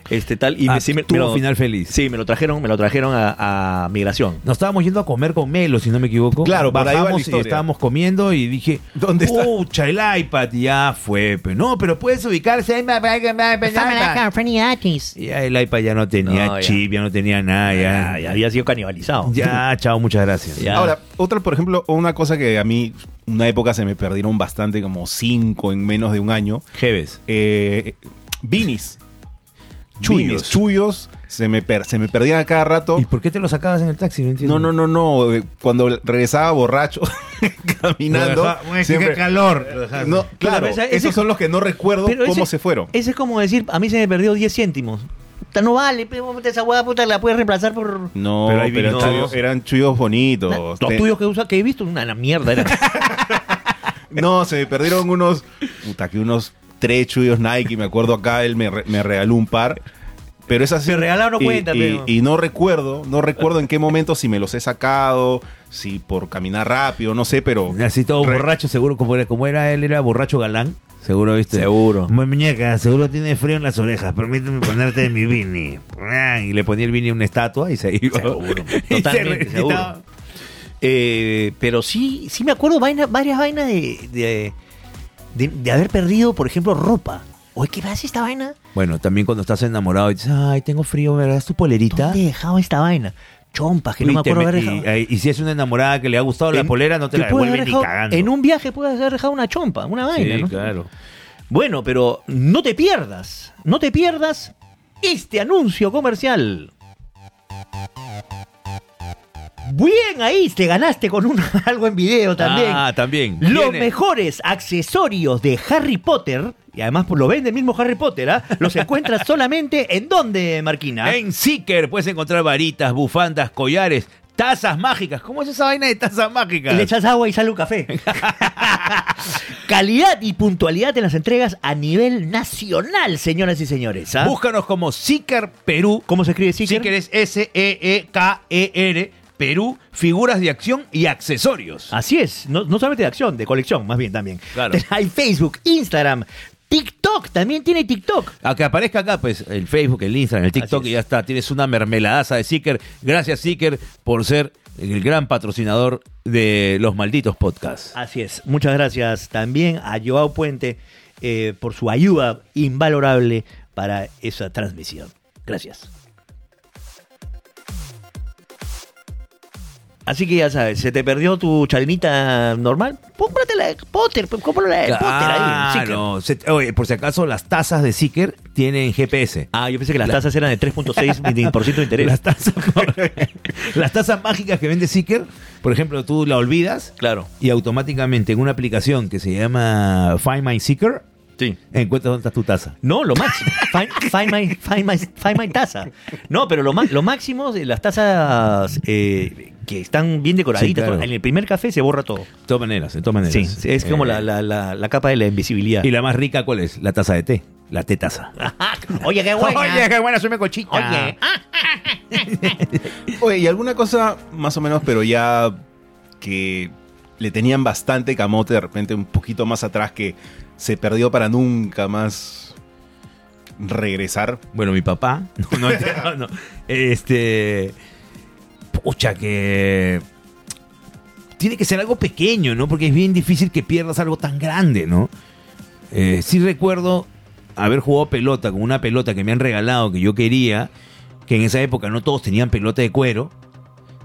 Speaker 1: Este tal. Y
Speaker 2: Ah,
Speaker 1: me, sí me-
Speaker 2: tuvo
Speaker 1: me lo-
Speaker 2: final feliz.
Speaker 1: Sí, me lo trajeron, me lo trajeron a, a migración.
Speaker 2: Nos estábamos yendo a comer con Melo, si no me equivoco.
Speaker 3: Claro, por ahí va la
Speaker 2: bajamos y
Speaker 3: historia.
Speaker 2: estábamos comiendo y dije,
Speaker 3: ¿Dónde está?
Speaker 2: Pucha, el iPad y ya fue. pe. No, pero puedes ubicarse. Ya el iPad ya no tenía
Speaker 1: No, ya.
Speaker 2: chip, ya no tenía nada. Ya,
Speaker 1: Ya, ya había sido canibalizado.
Speaker 2: Ya, chao, muchas gracias.
Speaker 1: Ya.
Speaker 3: Ahora, otra, por ejemplo, una cosa que a mí, una época se me perdieron bastante, como cinco en menos de un año.
Speaker 2: Jeves.
Speaker 3: Eh, Vinis.
Speaker 2: Chuyos.
Speaker 3: Vinis, Chuyos. Se me, per- se me perdían a cada rato.
Speaker 2: ¿Y por qué te lo sacabas en el taxi? No entiendo.
Speaker 3: No, no, no, no. eh, Cuando regresaba borracho [LAUGHS] caminando. siempre-
Speaker 2: calor.
Speaker 3: No, claro,
Speaker 1: Pero esa- ese-
Speaker 3: esos son los que no recuerdo
Speaker 1: Pero
Speaker 3: cómo
Speaker 1: ese-
Speaker 3: se fueron.
Speaker 1: Ese es como decir, a mí se me perdió 10 céntimos. Puta, No vale, pe, puta, esa hueá puta la puedes reemplazar por.
Speaker 3: No,
Speaker 2: Pero
Speaker 3: pero,
Speaker 2: hay Vinis
Speaker 3: chuyos-
Speaker 2: tuyos.
Speaker 3: eran chuyos bonitos.
Speaker 1: Los
Speaker 3: Te-
Speaker 1: tuyos que, usa, que he visto, una, una mierda. Era.
Speaker 2: [LAUGHS]
Speaker 3: No, se me perdieron unos. Puta, que unos tres chuyos Nike. Me acuerdo acá, él me, re- me regaló un par. Pero esas
Speaker 1: Me regalaron,
Speaker 3: y,
Speaker 1: cuenta,
Speaker 3: y-
Speaker 1: pero-
Speaker 3: y no recuerdo, no recuerdo en qué momento si me los he sacado, si por caminar rápido, no sé, pero.
Speaker 2: Así todo
Speaker 3: Re-
Speaker 2: borracho, seguro, como era, como era él, era borracho galán. Seguro, viste.
Speaker 1: Seguro.
Speaker 2: Mi muñeca, seguro tiene frío en las orejas. Permíteme ponerte mi Vini. Ah, Y le ponía el Vini a una estatua y se iba.
Speaker 1: Seguro.
Speaker 2: [LAUGHS] Y
Speaker 1: Totalmente,
Speaker 2: se
Speaker 1: seguro.
Speaker 2: estaba-
Speaker 1: Eh, pero sí, sí me acuerdo vaina- varias vainas de, eh, de, de- de haber perdido, por ejemplo, ropa. Oye, ¿qué pasa esta vaina?
Speaker 2: Bueno, también cuando estás enamorado y dices, ay, tengo frío, ¿me das tu polerita?
Speaker 1: ¿Dónde he dejado esta vaina? Chompas, que no
Speaker 2: Y
Speaker 1: me
Speaker 2: te
Speaker 1: acuerdo haber
Speaker 2: me- y,
Speaker 1: dejado.
Speaker 2: ay, y si es una enamorada que le ha gustado la
Speaker 1: En-
Speaker 2: polera, no te
Speaker 1: que
Speaker 2: la
Speaker 1: puedes haber
Speaker 2: devuelve ni
Speaker 1: dejado-
Speaker 2: cagando.
Speaker 1: En un viaje puedes haber dejado una chompa, una vaina,
Speaker 2: Sí,
Speaker 1: ¿no?
Speaker 2: claro.
Speaker 1: Bueno, pero no te pierdas, no te pierdas este anuncio comercial. Bien ahí, te ganaste con un, [LAUGHS] algo en video también.
Speaker 2: Ah, también.
Speaker 1: Los
Speaker 2: Viene.
Speaker 1: mejores accesorios de Harry Potter, y además pues, lo vende el mismo Harry Potter, ¿ah? los encuentras [LAUGHS] solamente en donde, Marquina.
Speaker 2: En Seeker puedes encontrar varitas, bufandas, collares, tazas mágicas. ¿Cómo es esa vaina de tazas mágicas?
Speaker 1: Le echas agua y sale un [LAUGHS] café. Calidad y puntualidad en las entregas a nivel nacional, señoras y señores. ¿ah?
Speaker 2: Búscanos como Seeker Perú.
Speaker 1: ¿Cómo se escribe Seeker?
Speaker 2: Seeker es E S-E-E-K-E-R. Perú, figuras de acción y accesorios.
Speaker 1: Así es, no, no solamente de acción, de colección, más bien también.
Speaker 2: Claro.
Speaker 1: Hay Facebook, Instagram, TikTok, también tiene TikTok.
Speaker 2: A que aparezca acá, pues, el Facebook, el Instagram, el TikTok
Speaker 1: Así es.
Speaker 2: y ya está. Tienes una mermeladaza de Seeker. Gracias, Seeker, por ser el gran patrocinador de los malditos podcasts.
Speaker 1: Así es, muchas gracias también a Joao Puente eh, por su ayuda invalorable para esa transmisión. Gracias. Así que ya sabes, ¿se te perdió tu chalinita normal? Cómprate la de Potter, pues, cómprala la de Potter ahí. en Seeker.
Speaker 2: Claro. Se- Oye, por si acaso, las tazas de Seeker tienen GPS.
Speaker 1: Ah, yo pensé que las tasas eran de [LAUGHS] 3.6% de interés.
Speaker 2: Las tazas, [LAUGHS] las tazas mágicas que vende Seeker, por ejemplo, tú la olvidas
Speaker 1: Claro.
Speaker 2: y automáticamente en una aplicación que se llama Find My Seeker,
Speaker 1: Sí.
Speaker 2: encuentras dónde está tu taza.
Speaker 1: No, lo máximo. Find, find my, find my- find my taza. No, pero lo, ma- lo máximo, eh, las tazas eh, que están bien decoraditas.
Speaker 2: Sí, claro.
Speaker 1: todo. En el primer café se borra todo.
Speaker 2: De todas maneras, de todas maneras.
Speaker 1: Sí, Ah, sí, es como
Speaker 2: Eh,
Speaker 1: la, la- la- la capa de la invisibilidad.
Speaker 2: ¿Y la más rica cuál es? La taza de té. La té taza.
Speaker 1: Oye, qué buena.
Speaker 2: Oye, qué buena, sume cochita.
Speaker 1: Oye,
Speaker 3: Oye, y alguna cosa más o menos, pero ya que le tenían bastante camote de repente un poquito más atrás que se perdió para nunca más regresar.
Speaker 2: [LAUGHS] Bueno, mi papá. [LAUGHS] No, no, no, no. Este. Pucha, que. Tiene que ser algo pequeño, ¿no? Porque es bien difícil que pierdas algo tan grande, ¿no? Eh, sí recuerdo haber jugado pelota con una pelota que me han regalado, que yo quería, que en esa época no todos tenían pelota de cuero.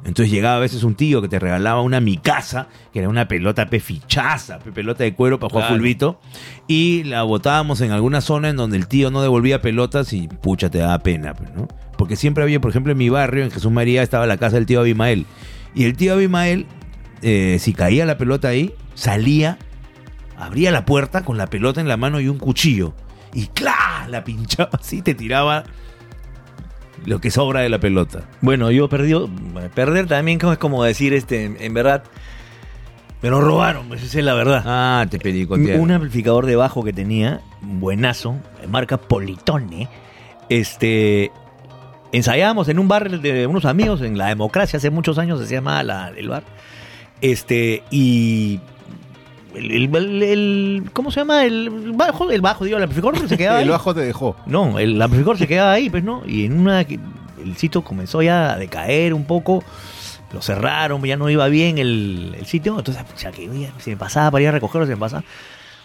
Speaker 2: Entonces llegaba a veces un tío que te regalaba una micasa, que era una pelota pe fichaza, pe pelota de cuero para jugar
Speaker 1: Claro.
Speaker 2: fulbito, y la botábamos en alguna zona en donde el tío no devolvía pelotas y pucha, te daba pena, pues, ¿no? Porque siempre había, por ejemplo, en mi barrio, en Jesús María, estaba la casa del tío Abimael. Y el tío Abimael, eh, si caía la pelota ahí, salía abría la puerta con la pelota en la mano y un cuchillo. Y ¡clá! La pinchaba así, te tiraba lo que sobra de la pelota.
Speaker 1: Bueno, yo perdí. eh, Perder también como- es como decir, este, en en verdad, me lo robaron, pues, esa es la verdad.
Speaker 2: Ah, te pedí
Speaker 1: Un amplificador de bajo que tenía, buenazo, marca Politone. Este. Ensayábamos en un bar de unos amigos en la democracia hace muchos años, se llamaba la- el bar. Este, y. El, el- el- el- ¿Cómo se llama? El bajo, el bajo, digo, el amplificador
Speaker 2: [LAUGHS]
Speaker 1: se quedaba ahí.
Speaker 3: El bajo te dejó.
Speaker 1: No, el amplificador se quedaba ahí, pues, ¿no? Y en una. que- El sitio comenzó ya a decaer un poco. Lo cerraron, ya no iba bien el, el sitio. Entonces, ya que oye, se me pasaba para ir a recogerlo, se me pasaba.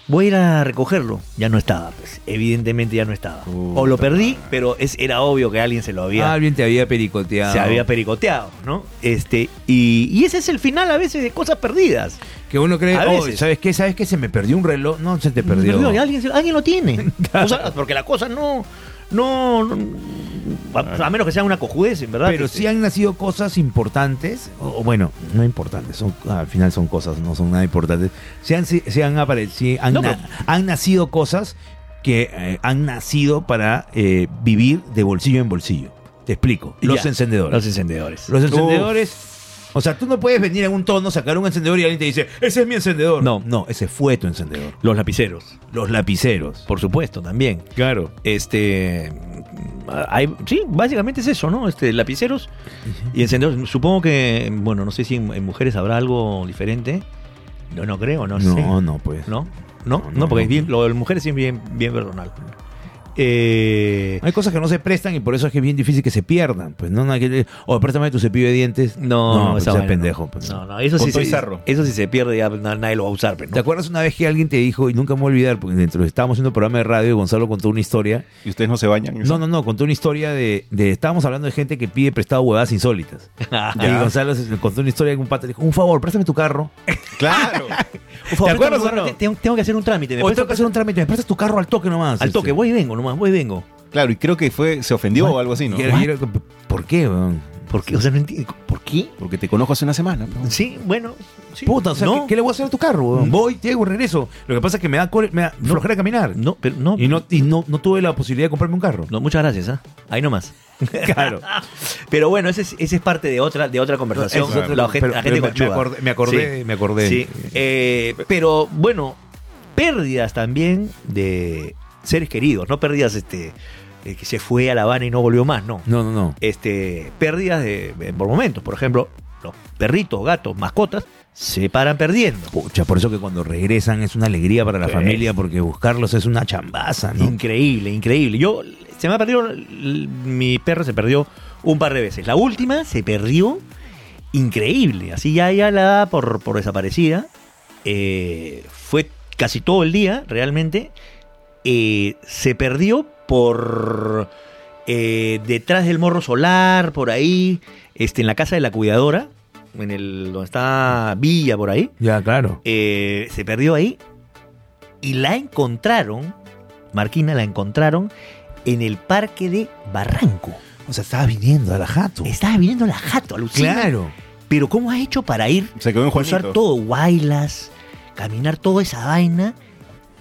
Speaker 1: Voy a ir a recogerlo. Ya no estaba, pues. Evidentemente ya no estaba. o lo perdí, pero es, era obvio que alguien se lo había.
Speaker 2: Ah, Alguien te había pericoteado.
Speaker 1: Se había pericoteado, ¿no? Este, y, y ese es el final a veces de cosas perdidas.
Speaker 2: que uno cree,
Speaker 1: A
Speaker 2: "Oh,
Speaker 1: veces.
Speaker 2: ¿sabes qué? ¿Sabes qué? Se me perdió un reloj. No, se te perdió.
Speaker 1: Perdió, y alguien, se- alguien lo
Speaker 2: [LAUGHS]
Speaker 1: tiene. O sea, porque la cosa no. No. no- a, a menos que sea una cojudez, en verdad.
Speaker 2: Pero
Speaker 1: Este,
Speaker 2: sí han nacido cosas importantes, o o bueno, no importantes, son, al final son cosas, no son nada importantes. Se han, se han aparecido, han,
Speaker 1: No,
Speaker 2: na-
Speaker 1: pero-
Speaker 2: han nacido cosas que eh, han nacido para eh, vivir de bolsillo en bolsillo. Te explico. Los
Speaker 1: Ya.
Speaker 2: encendedores.
Speaker 1: Los
Speaker 2: Los,
Speaker 1: encendedores.
Speaker 2: encendedores. O sea, tú no puedes venir en un tono, sacar un encendedor y alguien te dice, ese es mi encendedor.
Speaker 1: No.
Speaker 2: no, ese fue tu encendedor.
Speaker 1: Los lapiceros.
Speaker 2: Los lapiceros.
Speaker 1: Por supuesto, también.
Speaker 2: Claro.
Speaker 1: Este. Hay, sí, básicamente es eso, ¿no? Este, lapiceros y encendedores. Supongo que, bueno, no sé si en, en mujeres habrá algo diferente. No, no creo, no,
Speaker 2: No,
Speaker 1: sé.
Speaker 2: no, pues.
Speaker 1: ¿No? No,
Speaker 2: No,
Speaker 1: no,
Speaker 2: no,
Speaker 1: porque
Speaker 2: no.
Speaker 1: es bien- lo de las mujeres sí es bien, bien personal. Eh,
Speaker 2: Hay cosas que no se prestan y por eso es que es bien difícil que se pierdan. Pues no, no hay que- o préstame tu cepillo de dientes.
Speaker 1: no,
Speaker 2: pues
Speaker 1: esa
Speaker 2: seas
Speaker 1: vaina
Speaker 2: pendejo.
Speaker 1: No.
Speaker 2: pues.
Speaker 1: no, no, eso
Speaker 3: Con
Speaker 1: sí,
Speaker 3: todo y
Speaker 1: se-
Speaker 3: sarro.
Speaker 1: eso sí se pierde, ya na- nadie lo va a usar. pero, ¿no?
Speaker 2: ¿Te acuerdas una vez que alguien te dijo, y nunca me voy a olvidar, porque dentro estábamos haciendo un programa de radio y Gonzalo contó una historia?
Speaker 3: Y ustedes no se bañan.
Speaker 2: No, no, no, contó una historia de, de- estábamos hablando de gente que pide prestado
Speaker 1: [LAUGHS]
Speaker 2: huevadas insólitas. Y Gonzalo se- contó una historia de un pata, le dijo, un favor, préstame tu carro.
Speaker 3: Claro.
Speaker 1: Por favor,
Speaker 2: ¿Te acuerdas
Speaker 1: préstame,
Speaker 2: o no?
Speaker 1: te- Tengo, tengo que hacer un trámite. ¿me
Speaker 2: O
Speaker 1: puedes
Speaker 2: tengo que hacer un trámite, me prestas tu carro al toque nomás.
Speaker 1: Al toque,
Speaker 2: Este.
Speaker 1: voy y vengo nomás, voy y vengo.
Speaker 3: Claro, y creo que fue, se ofendió o algo así, ¿no?
Speaker 2: Y era- y era- ¿Por qué? weón?
Speaker 1: ¿Por qué? O sea, no entiendo. ¿Por qué?
Speaker 3: Porque te conozco hace una semana. pero-
Speaker 1: Sí, bueno. sí.
Speaker 2: Puta, o sea,
Speaker 1: no,
Speaker 2: ¿qué, qué le voy a hacer a tu carro? weón?
Speaker 1: Mm.
Speaker 2: Voy, llego, regreso. Lo que pasa es que me da, core- me da flojera caminar.
Speaker 1: no, pero no.
Speaker 2: Y, no, y no, no tuve la posibilidad de comprarme
Speaker 1: [LAUGHS]
Speaker 2: un carro.
Speaker 1: No, muchas gracias, ¿ah? Ahí nomás.
Speaker 2: Claro.
Speaker 1: Pero bueno, ese es, ese es parte de otra, de otra conversación.
Speaker 2: Esa es otra-
Speaker 1: la, gente-
Speaker 2: pero-
Speaker 1: la gente
Speaker 2: pero me-
Speaker 1: conchuda.
Speaker 2: me acordé- me acordé, me acordé.
Speaker 1: Sí. Eh, pero bueno, pérdidas también de seres queridos, no pérdidas este eh, que se fue a La Habana y no volvió más, no.
Speaker 2: No, no, no.
Speaker 1: Este, pérdidas de, de- por momentos, por ejemplo, los perritos, gatos, mascotas se paran perdiendo.
Speaker 2: Pucha, por eso que cuando regresan es una alegría para la
Speaker 1: Pues.
Speaker 2: familia, porque buscarlos es una chambaza, ¿no?
Speaker 1: Increíble, increíble. Yo se me ha perdido l- mi perro se perdió un par de veces. La última se perdió increíble, así ya ya la daba por por desaparecida. Eh, fue casi todo el día realmente. Eh, se perdió por eh, detrás del morro solar, por ahí, este, en la casa de la cuidadora, en el donde está Villa por ahí.
Speaker 2: Ya, claro.
Speaker 1: Eh, se perdió ahí y la encontraron, Marquina la encontraron en el parque de Barranco.
Speaker 2: O sea, estaba viniendo a la jato.
Speaker 1: Estaba viniendo la jato, alucina.
Speaker 2: Claro.
Speaker 1: Pero ¿cómo ha hecho para ir,
Speaker 3: Se quedó en Juanito.
Speaker 1: cruzar todo, guaylas, caminar toda esa vaina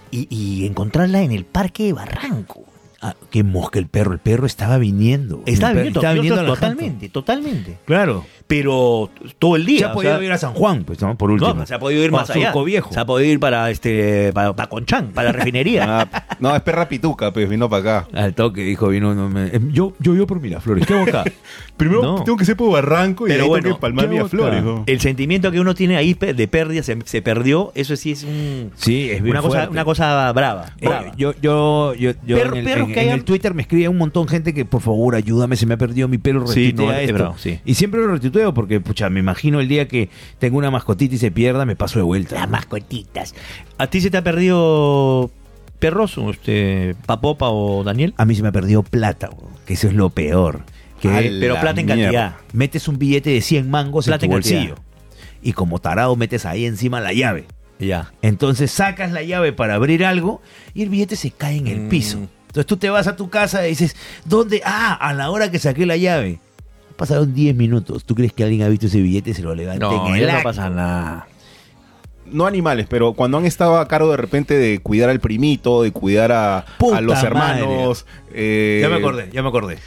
Speaker 1: y, y encontrarla en el parque de Barranco?
Speaker 2: Ah, qué mosca el perro. El perro estaba viniendo.
Speaker 1: Estaba
Speaker 2: El perro
Speaker 1: viniendo,
Speaker 2: estaba
Speaker 1: yo-
Speaker 2: viniendo a la jato.
Speaker 1: totalmente, totalmente.
Speaker 2: Claro.
Speaker 1: Pero todo el día.
Speaker 2: Ya
Speaker 1: o
Speaker 2: podía
Speaker 1: sea,
Speaker 2: ir a San Juan, pues, ¿no? Por último.
Speaker 1: no, se ha podido ir
Speaker 2: O a
Speaker 1: más allá.
Speaker 2: Surco Viejo.
Speaker 1: Se ha podido ir para este para, para Conchán,
Speaker 2: [LAUGHS]
Speaker 1: para la refinería.
Speaker 3: Ah, no, es perra pituca, pues vino para acá.
Speaker 2: Al toque dijo, vino, no me- em, yo, yo, yo por Miraflores. ¿Qué
Speaker 1: [LAUGHS]
Speaker 2: hago acá?
Speaker 3: Primero
Speaker 2: No.
Speaker 3: tengo que ser por Barranco y
Speaker 1: Pero
Speaker 3: ahí
Speaker 1: bueno,
Speaker 3: tengo que palmar
Speaker 2: ¿qué
Speaker 3: mi
Speaker 2: hago acá?
Speaker 3: flores. ¿no?
Speaker 1: El sentimiento que uno tiene ahí pe- de pérdida se, se perdió, eso sí es un-
Speaker 2: Sí, es bien
Speaker 1: una, cosa,
Speaker 2: fuerte.
Speaker 1: una cosa brava.
Speaker 2: Eh,
Speaker 1: brava.
Speaker 2: yo, yo, yo, yo
Speaker 1: Perro-
Speaker 2: en, el,
Speaker 1: perros
Speaker 2: en-
Speaker 1: que
Speaker 2: en
Speaker 1: hayan-
Speaker 2: el Twitter me escribe un montón gente que por favor ayúdame, se me ha perdido mi pelo,
Speaker 1: Sí,
Speaker 2: retuitea
Speaker 1: no, es
Speaker 2: esto.
Speaker 1: bravo, sí.
Speaker 2: Y siempre lo retuiteo porque, pucha, me imagino el día que tengo una mascotita y se pierda, me paso de vuelta.
Speaker 1: Las mascotitas. ¿A ti se te ha perdido perroso, este, Papopa o Daniel?
Speaker 2: A mí se me ha perdido plata, bro, que eso es lo peor. Que
Speaker 3: A
Speaker 1: Pero
Speaker 3: la
Speaker 1: plata en
Speaker 3: mierda.
Speaker 1: cantidad.
Speaker 2: metes un billete de 100 mangos
Speaker 1: Plata
Speaker 2: en
Speaker 1: en
Speaker 2: tu
Speaker 1: cantidad.
Speaker 2: bolsillo. Y como tarado metes ahí encima la llave.
Speaker 1: Ya.
Speaker 2: Entonces sacas la llave para abrir algo y el billete se cae en el
Speaker 1: Mm.
Speaker 2: piso. Entonces tú te vas a tu casa y dices, ¿dónde? Ah, a la hora que saqué la llave. Pasaron 10 minutos. ¿Tú crees que alguien ha visto ese billete y se lo levanta en el
Speaker 1: ya no
Speaker 2: acto?
Speaker 1: pasa nada.
Speaker 3: No animales, pero cuando han estado a cargo de repente de cuidar al primito, de cuidar a,
Speaker 2: Puta
Speaker 3: a los
Speaker 2: madre.
Speaker 3: hermanos. eh,
Speaker 2: Ya me acordé, ya me acordé.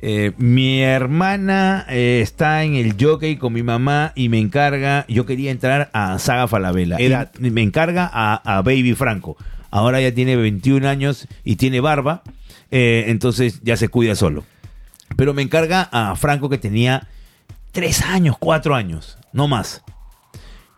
Speaker 2: Eh, mi hermana eh, está en el jockey con mi mamá y me encarga, yo quería entrar a Saga Falabella.
Speaker 3: Edad.
Speaker 2: Y me encarga a, a Baby Franco. Ahora ya tiene 21 años y tiene barba, eh, entonces ya se cuida solo. Pero me encarga a Franco que tenía 3 años, 4 años, no más.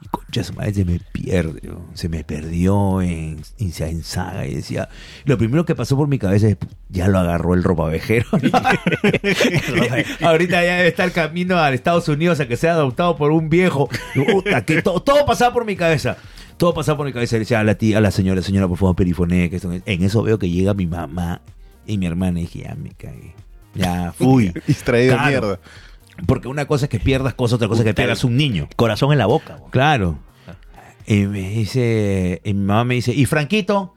Speaker 2: Y concha su madre, se me pierde, ¿no? se me perdió en, en, en saga. Y decía, lo primero que pasó por mi cabeza es, ya lo agarró el ropavejero. [LAUGHS] Ahorita ya debe estar camino a Estados Unidos a que sea adoptado por un viejo. Y, puta, que to- todo pasaba por mi cabeza. Todo pasaba por mi cabeza. Le decía a la tía, a la señora, señora, por favor, perifoné. Que esto- en eso veo que llega mi mamá y mi hermana. Y dije, ya me cagué. Ya
Speaker 3: [LAUGHS]
Speaker 2: fui.
Speaker 3: Distraído de
Speaker 2: Claro.
Speaker 3: mierda.
Speaker 2: Porque una cosa es que pierdas cosas, otra cosa es que
Speaker 1: Puta,
Speaker 2: pierdas un niño.
Speaker 1: Corazón en la boca. bo.
Speaker 2: Claro.
Speaker 1: Ah.
Speaker 2: Y me dice, y mi mamá me dice, y Franquito,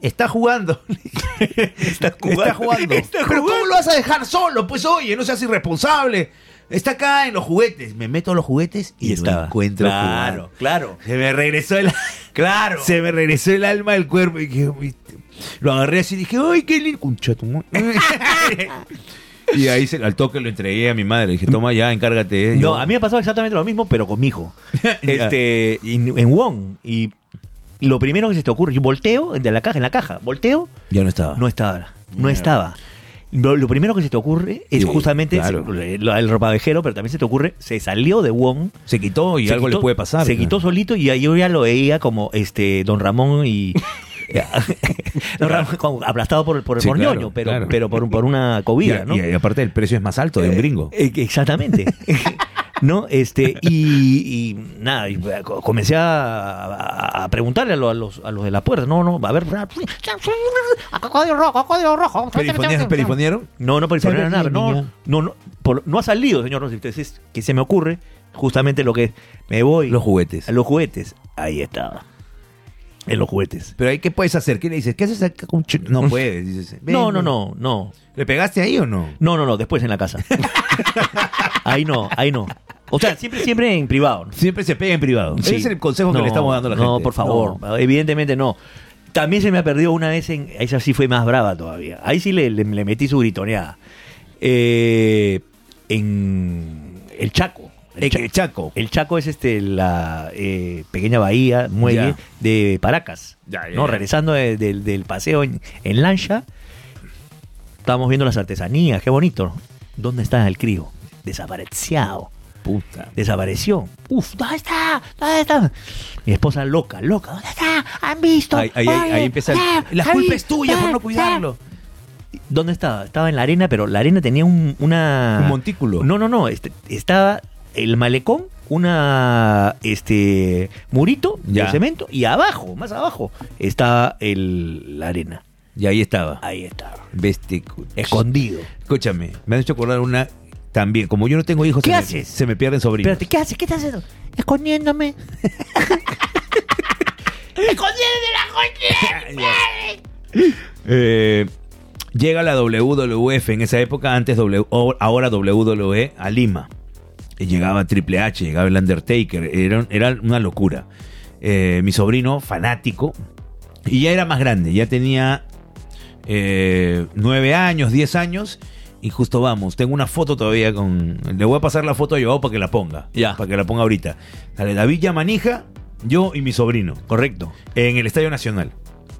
Speaker 2: está jugando. [LAUGHS] está
Speaker 1: jugando.
Speaker 2: Está
Speaker 1: [LAUGHS]
Speaker 2: jugando.
Speaker 1: Está
Speaker 2: Pero ¿cómo
Speaker 1: jugando.
Speaker 2: lo vas a dejar solo? Pues oye, no seas irresponsable. Está acá en los juguetes. Me meto a los juguetes y,
Speaker 1: Y
Speaker 2: lo
Speaker 1: estaba.
Speaker 2: encuentro
Speaker 1: claro,
Speaker 2: jugando.
Speaker 1: claro.
Speaker 2: Se me regresó el claro. Se me regresó el alma del cuerpo y dije, uy, te- lo agarré así y dije, ay, qué lindo. Concha tu madre.
Speaker 1: [LAUGHS]
Speaker 2: y ahí se, al toque lo entregué a mi madre. Dije, toma ya, encárgate. eh".
Speaker 1: No,
Speaker 2: Yo-
Speaker 1: a mí me ha pasado exactamente lo mismo, pero con mi hijo. este, en, en Wong. Y lo primero que se te ocurre, yo volteo de la caja, en la caja, volteo
Speaker 2: ya no estaba.
Speaker 1: No estaba. No
Speaker 3: Mierda.
Speaker 1: estaba. Lo, lo primero que se te ocurre es
Speaker 2: Sí,
Speaker 1: justamente
Speaker 2: claro.
Speaker 1: se- eh, lo- el ropavejero, pero también se te ocurre, se salió de Wong.
Speaker 2: Se quitó y
Speaker 1: se
Speaker 2: algo
Speaker 1: quitó-
Speaker 2: le puede pasar.
Speaker 1: Se
Speaker 2: ¿no?
Speaker 1: quitó solito y ahí yo ya lo veía como este Don Ramón
Speaker 2: [LAUGHS]
Speaker 1: y. [LAUGHS] Don Ramón como aplastado por, por,
Speaker 2: Sí,
Speaker 1: por
Speaker 2: claro,
Speaker 1: ñoño, pero,
Speaker 2: claro.
Speaker 1: pero por, por una
Speaker 2: Y,
Speaker 1: cobija, ¿no?
Speaker 2: y- y aparte el precio es más alto de un gringo.
Speaker 1: Eh, eh,
Speaker 2: [LAUGHS]
Speaker 1: exactamente. ¿No? Este, y, y nada, y, eh, co- comencé a, a- a preguntarle a, lo- a los, a los de la puerta. No, no, a ver.
Speaker 4: A cocodrilo rojo, a cocodrilo rojo.
Speaker 2: ¿Perifonearon? ¿Perifonearon?
Speaker 1: No, no por
Speaker 2: Sabe
Speaker 1: informarle nada.
Speaker 2: bien,
Speaker 1: No,
Speaker 2: niña.
Speaker 1: no, no, por- no ha salido, señor. No, entonces, que se me ocurre justamente lo que me voy
Speaker 2: Los juguetes.
Speaker 1: a los juguetes. Ahí estaba. en los juguetes.
Speaker 2: Pero ahí, ¿qué puedes hacer? ¿Qué le dices? ¿Qué haces acá con ch-? [LAUGHS] No puedes. dices, "Ven,
Speaker 1: No, no,
Speaker 2: ven".
Speaker 1: no, no.
Speaker 2: ¿Le pegaste ahí o no?
Speaker 1: No, no, no, después en la [LAUGHS] casa. ahí no, ahí no. O sea, siempre, siempre en privado. ¿no?
Speaker 2: Siempre se pega en privado.
Speaker 1: Sí.
Speaker 2: Ese es el consejo que
Speaker 1: No,
Speaker 2: le estamos dando a la gente.
Speaker 1: No, por favor, evidentemente no. También se me ha perdido una vez en. Esa sí fue más brava todavía. Ahí sí le, le- le metí su gritoneada. Eh, en el Chaco.
Speaker 2: El, Cha- el Chaco.
Speaker 1: El Chaco es este la eh, pequeña bahía, muelle
Speaker 2: Ya.
Speaker 1: de Paracas.
Speaker 2: Ya, ya,
Speaker 1: ¿no?
Speaker 2: ya.
Speaker 1: Regresando de- del- del paseo en, en lancha, estábamos viendo las artesanías, qué bonito. ¿no? ¿Dónde está el crío? Desaparecido.
Speaker 2: Puta.
Speaker 1: Desapareció. Uf, ¿dónde está? ¿Dónde está? Mi esposa loca, loca. ¿Dónde está? ¿Han visto?
Speaker 2: Ahí, ahí- ahí- ahí empieza el-
Speaker 4: Ah,
Speaker 2: La
Speaker 4: Javi,
Speaker 2: culpa es tuya por
Speaker 4: ah,
Speaker 2: no cuidarlo.
Speaker 1: ¿Dónde estaba? Estaba en la arena, pero la arena tenía un, una...
Speaker 2: Un montículo.
Speaker 1: No, no, no. este- estaba el malecón, una este murito
Speaker 2: Ya.
Speaker 1: de cemento y abajo, más abajo, estaba el, la arena.
Speaker 2: Y ahí estaba.
Speaker 1: Ahí estaba.
Speaker 2: Vesticu-
Speaker 1: Escondido.
Speaker 2: Escúchame, me han hecho acordar una también. Como yo no tengo hijos,
Speaker 1: ¿Qué
Speaker 2: se, Me,
Speaker 1: haces?
Speaker 2: se me pierden sobrinos.
Speaker 1: Espérate, ¿qué haces? ¿Qué estás haciendo?
Speaker 2: [LAUGHS]
Speaker 1: Escondiéndome. [LAUGHS]
Speaker 2: [LAUGHS] Eh, llega la WWF en esa época, antes W, o- ahora WWE, a Lima. Y llegaba Triple H, llegaba el Undertaker, era, era una locura. Eh, mi sobrino, fanático, y ya era más grande, ya tenía eh, nueve años, diez años. Y justo vamos, tengo una foto todavía con. Le voy a pasar la foto a Joao para que la ponga.
Speaker 1: Ya.
Speaker 2: Para que la ponga ahorita. Dale, David Yamanija, yo y mi sobrino.
Speaker 1: Correcto.
Speaker 2: En el Estadio Nacional.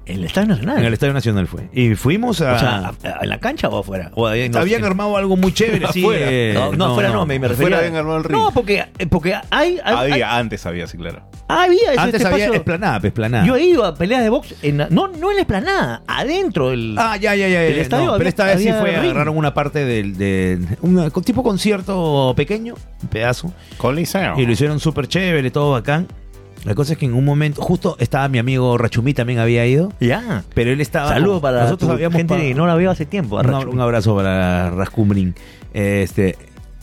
Speaker 1: En el Estadio Nacional.
Speaker 2: En el Estadio Nacional fue. Y fuimos a.
Speaker 1: Ah. o sea, ¿a- a- ¿en la cancha o afuera? O ahí, no
Speaker 2: habían
Speaker 1: sé.
Speaker 2: armado algo
Speaker 1: [LAUGHS]
Speaker 2: muy chévere, sí.
Speaker 3: Afuera.
Speaker 2: eh,
Speaker 1: no, no, afuera no, me, me
Speaker 3: Afuera
Speaker 1: refería.
Speaker 3: habían armado el ring.
Speaker 1: No, porque, eh, porque hay, hay- hay-
Speaker 3: Había, antes había, sí, claro.
Speaker 1: había ese
Speaker 2: Antes
Speaker 1: este
Speaker 2: había
Speaker 1: espacio.
Speaker 2: esplanada, pues, esplanada.
Speaker 1: Yo he ido a peleas de box en la- no, no en la esplanada, adentro del.
Speaker 2: Ah, ya, ya, ya.
Speaker 1: El
Speaker 2: ya,
Speaker 1: estadio
Speaker 2: no,
Speaker 1: había-
Speaker 2: pero esta vez sí
Speaker 1: había
Speaker 2: fue,
Speaker 1: ring.
Speaker 2: agarraron una parte del. del- una- con- tipo concierto pequeño, un pedazo.
Speaker 3: Coliseo.
Speaker 2: Y lo hicieron súper chévere, todo bacán. La cosa es que en un momento, justo estaba mi amigo Rachumí también había ido.
Speaker 1: ya.
Speaker 2: Pero él estaba.
Speaker 1: Saludos para
Speaker 2: nosotros
Speaker 1: tu
Speaker 2: habíamos
Speaker 1: gente
Speaker 2: pa-
Speaker 1: que no la veo hace tiempo. a
Speaker 2: Un,
Speaker 1: Rachu.
Speaker 2: un abrazo para Rascumbrin. Este,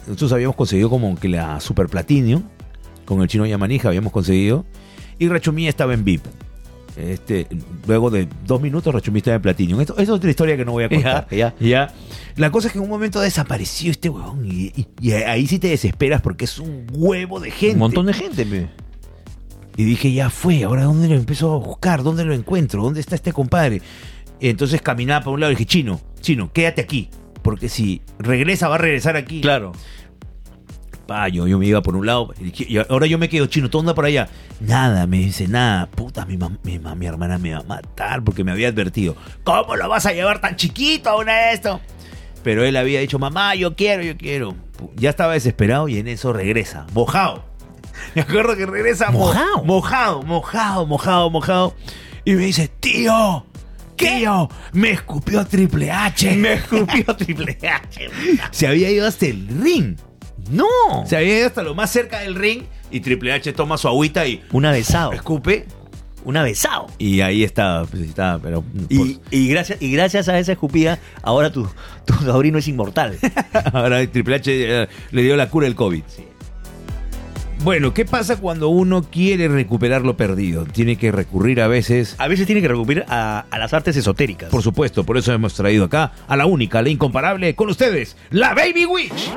Speaker 2: nosotros habíamos conseguido como que la Super Platinum con el chino Yamanija habíamos conseguido. Y Rachumí estaba en VIP. Este, luego de dos minutos Rachumí estaba en Platinum. Esto, esto es otra historia que no voy a contar.
Speaker 1: Ya,
Speaker 2: Ya. La cosa es que en un momento desapareció este huevón. Y, y- y ahí sí te desesperas porque es un huevo de gente.
Speaker 1: Un montón de gente. pe.
Speaker 2: Y dije, ya fue, ahora dónde lo empiezo a buscar, dónde lo encuentro, dónde está este compadre. Entonces caminaba para un lado y dije, chino, chino, quédate aquí. Porque si regresa, va a regresar aquí.
Speaker 1: Claro.
Speaker 2: Pa, yo, yo me iba por un lado y dije, y ahora yo me quedo chino, ¿tú onda por allá? Nada, me dice, nada. Puta, mi, mam- mi, mam- mi hermana me va a matar porque me había advertido. ¿Cómo lo vas a llevar tan chiquito a una de esto? Pero él había dicho, mamá, yo quiero, yo quiero. Pu- Ya estaba desesperado y en eso regresa, mojado. [LAUGHS] Me acuerdo que regresa mo-
Speaker 1: Mojado.
Speaker 2: mojado, mojado, mojado, mojado. Y me dice, tío, tío, me escupió Triple H. [LAUGHS] Me escupió Triple H. [LAUGHS] Se había ido hasta el ring.
Speaker 1: ¡No!
Speaker 2: Se había ido hasta lo más cerca del ring y Triple H toma su agüita y
Speaker 1: un avesado.
Speaker 2: escupe.
Speaker 1: Un avesado.
Speaker 2: Y ahí estaba, pues estaba, pero.
Speaker 1: Y, y gracias, y gracias a esa escupida, ahora tu, tu sobrino es inmortal.
Speaker 2: por- ahora el Triple H eh, le dio la cura del COVID. Bueno, ¿qué pasa cuando uno quiere recuperar lo perdido? Tiene que recurrir a veces.
Speaker 1: A veces tiene que recurrir a, a las artes esotéricas.
Speaker 2: Por supuesto, por eso hemos traído acá a la única, la incomparable, con ustedes, la Baby Witch.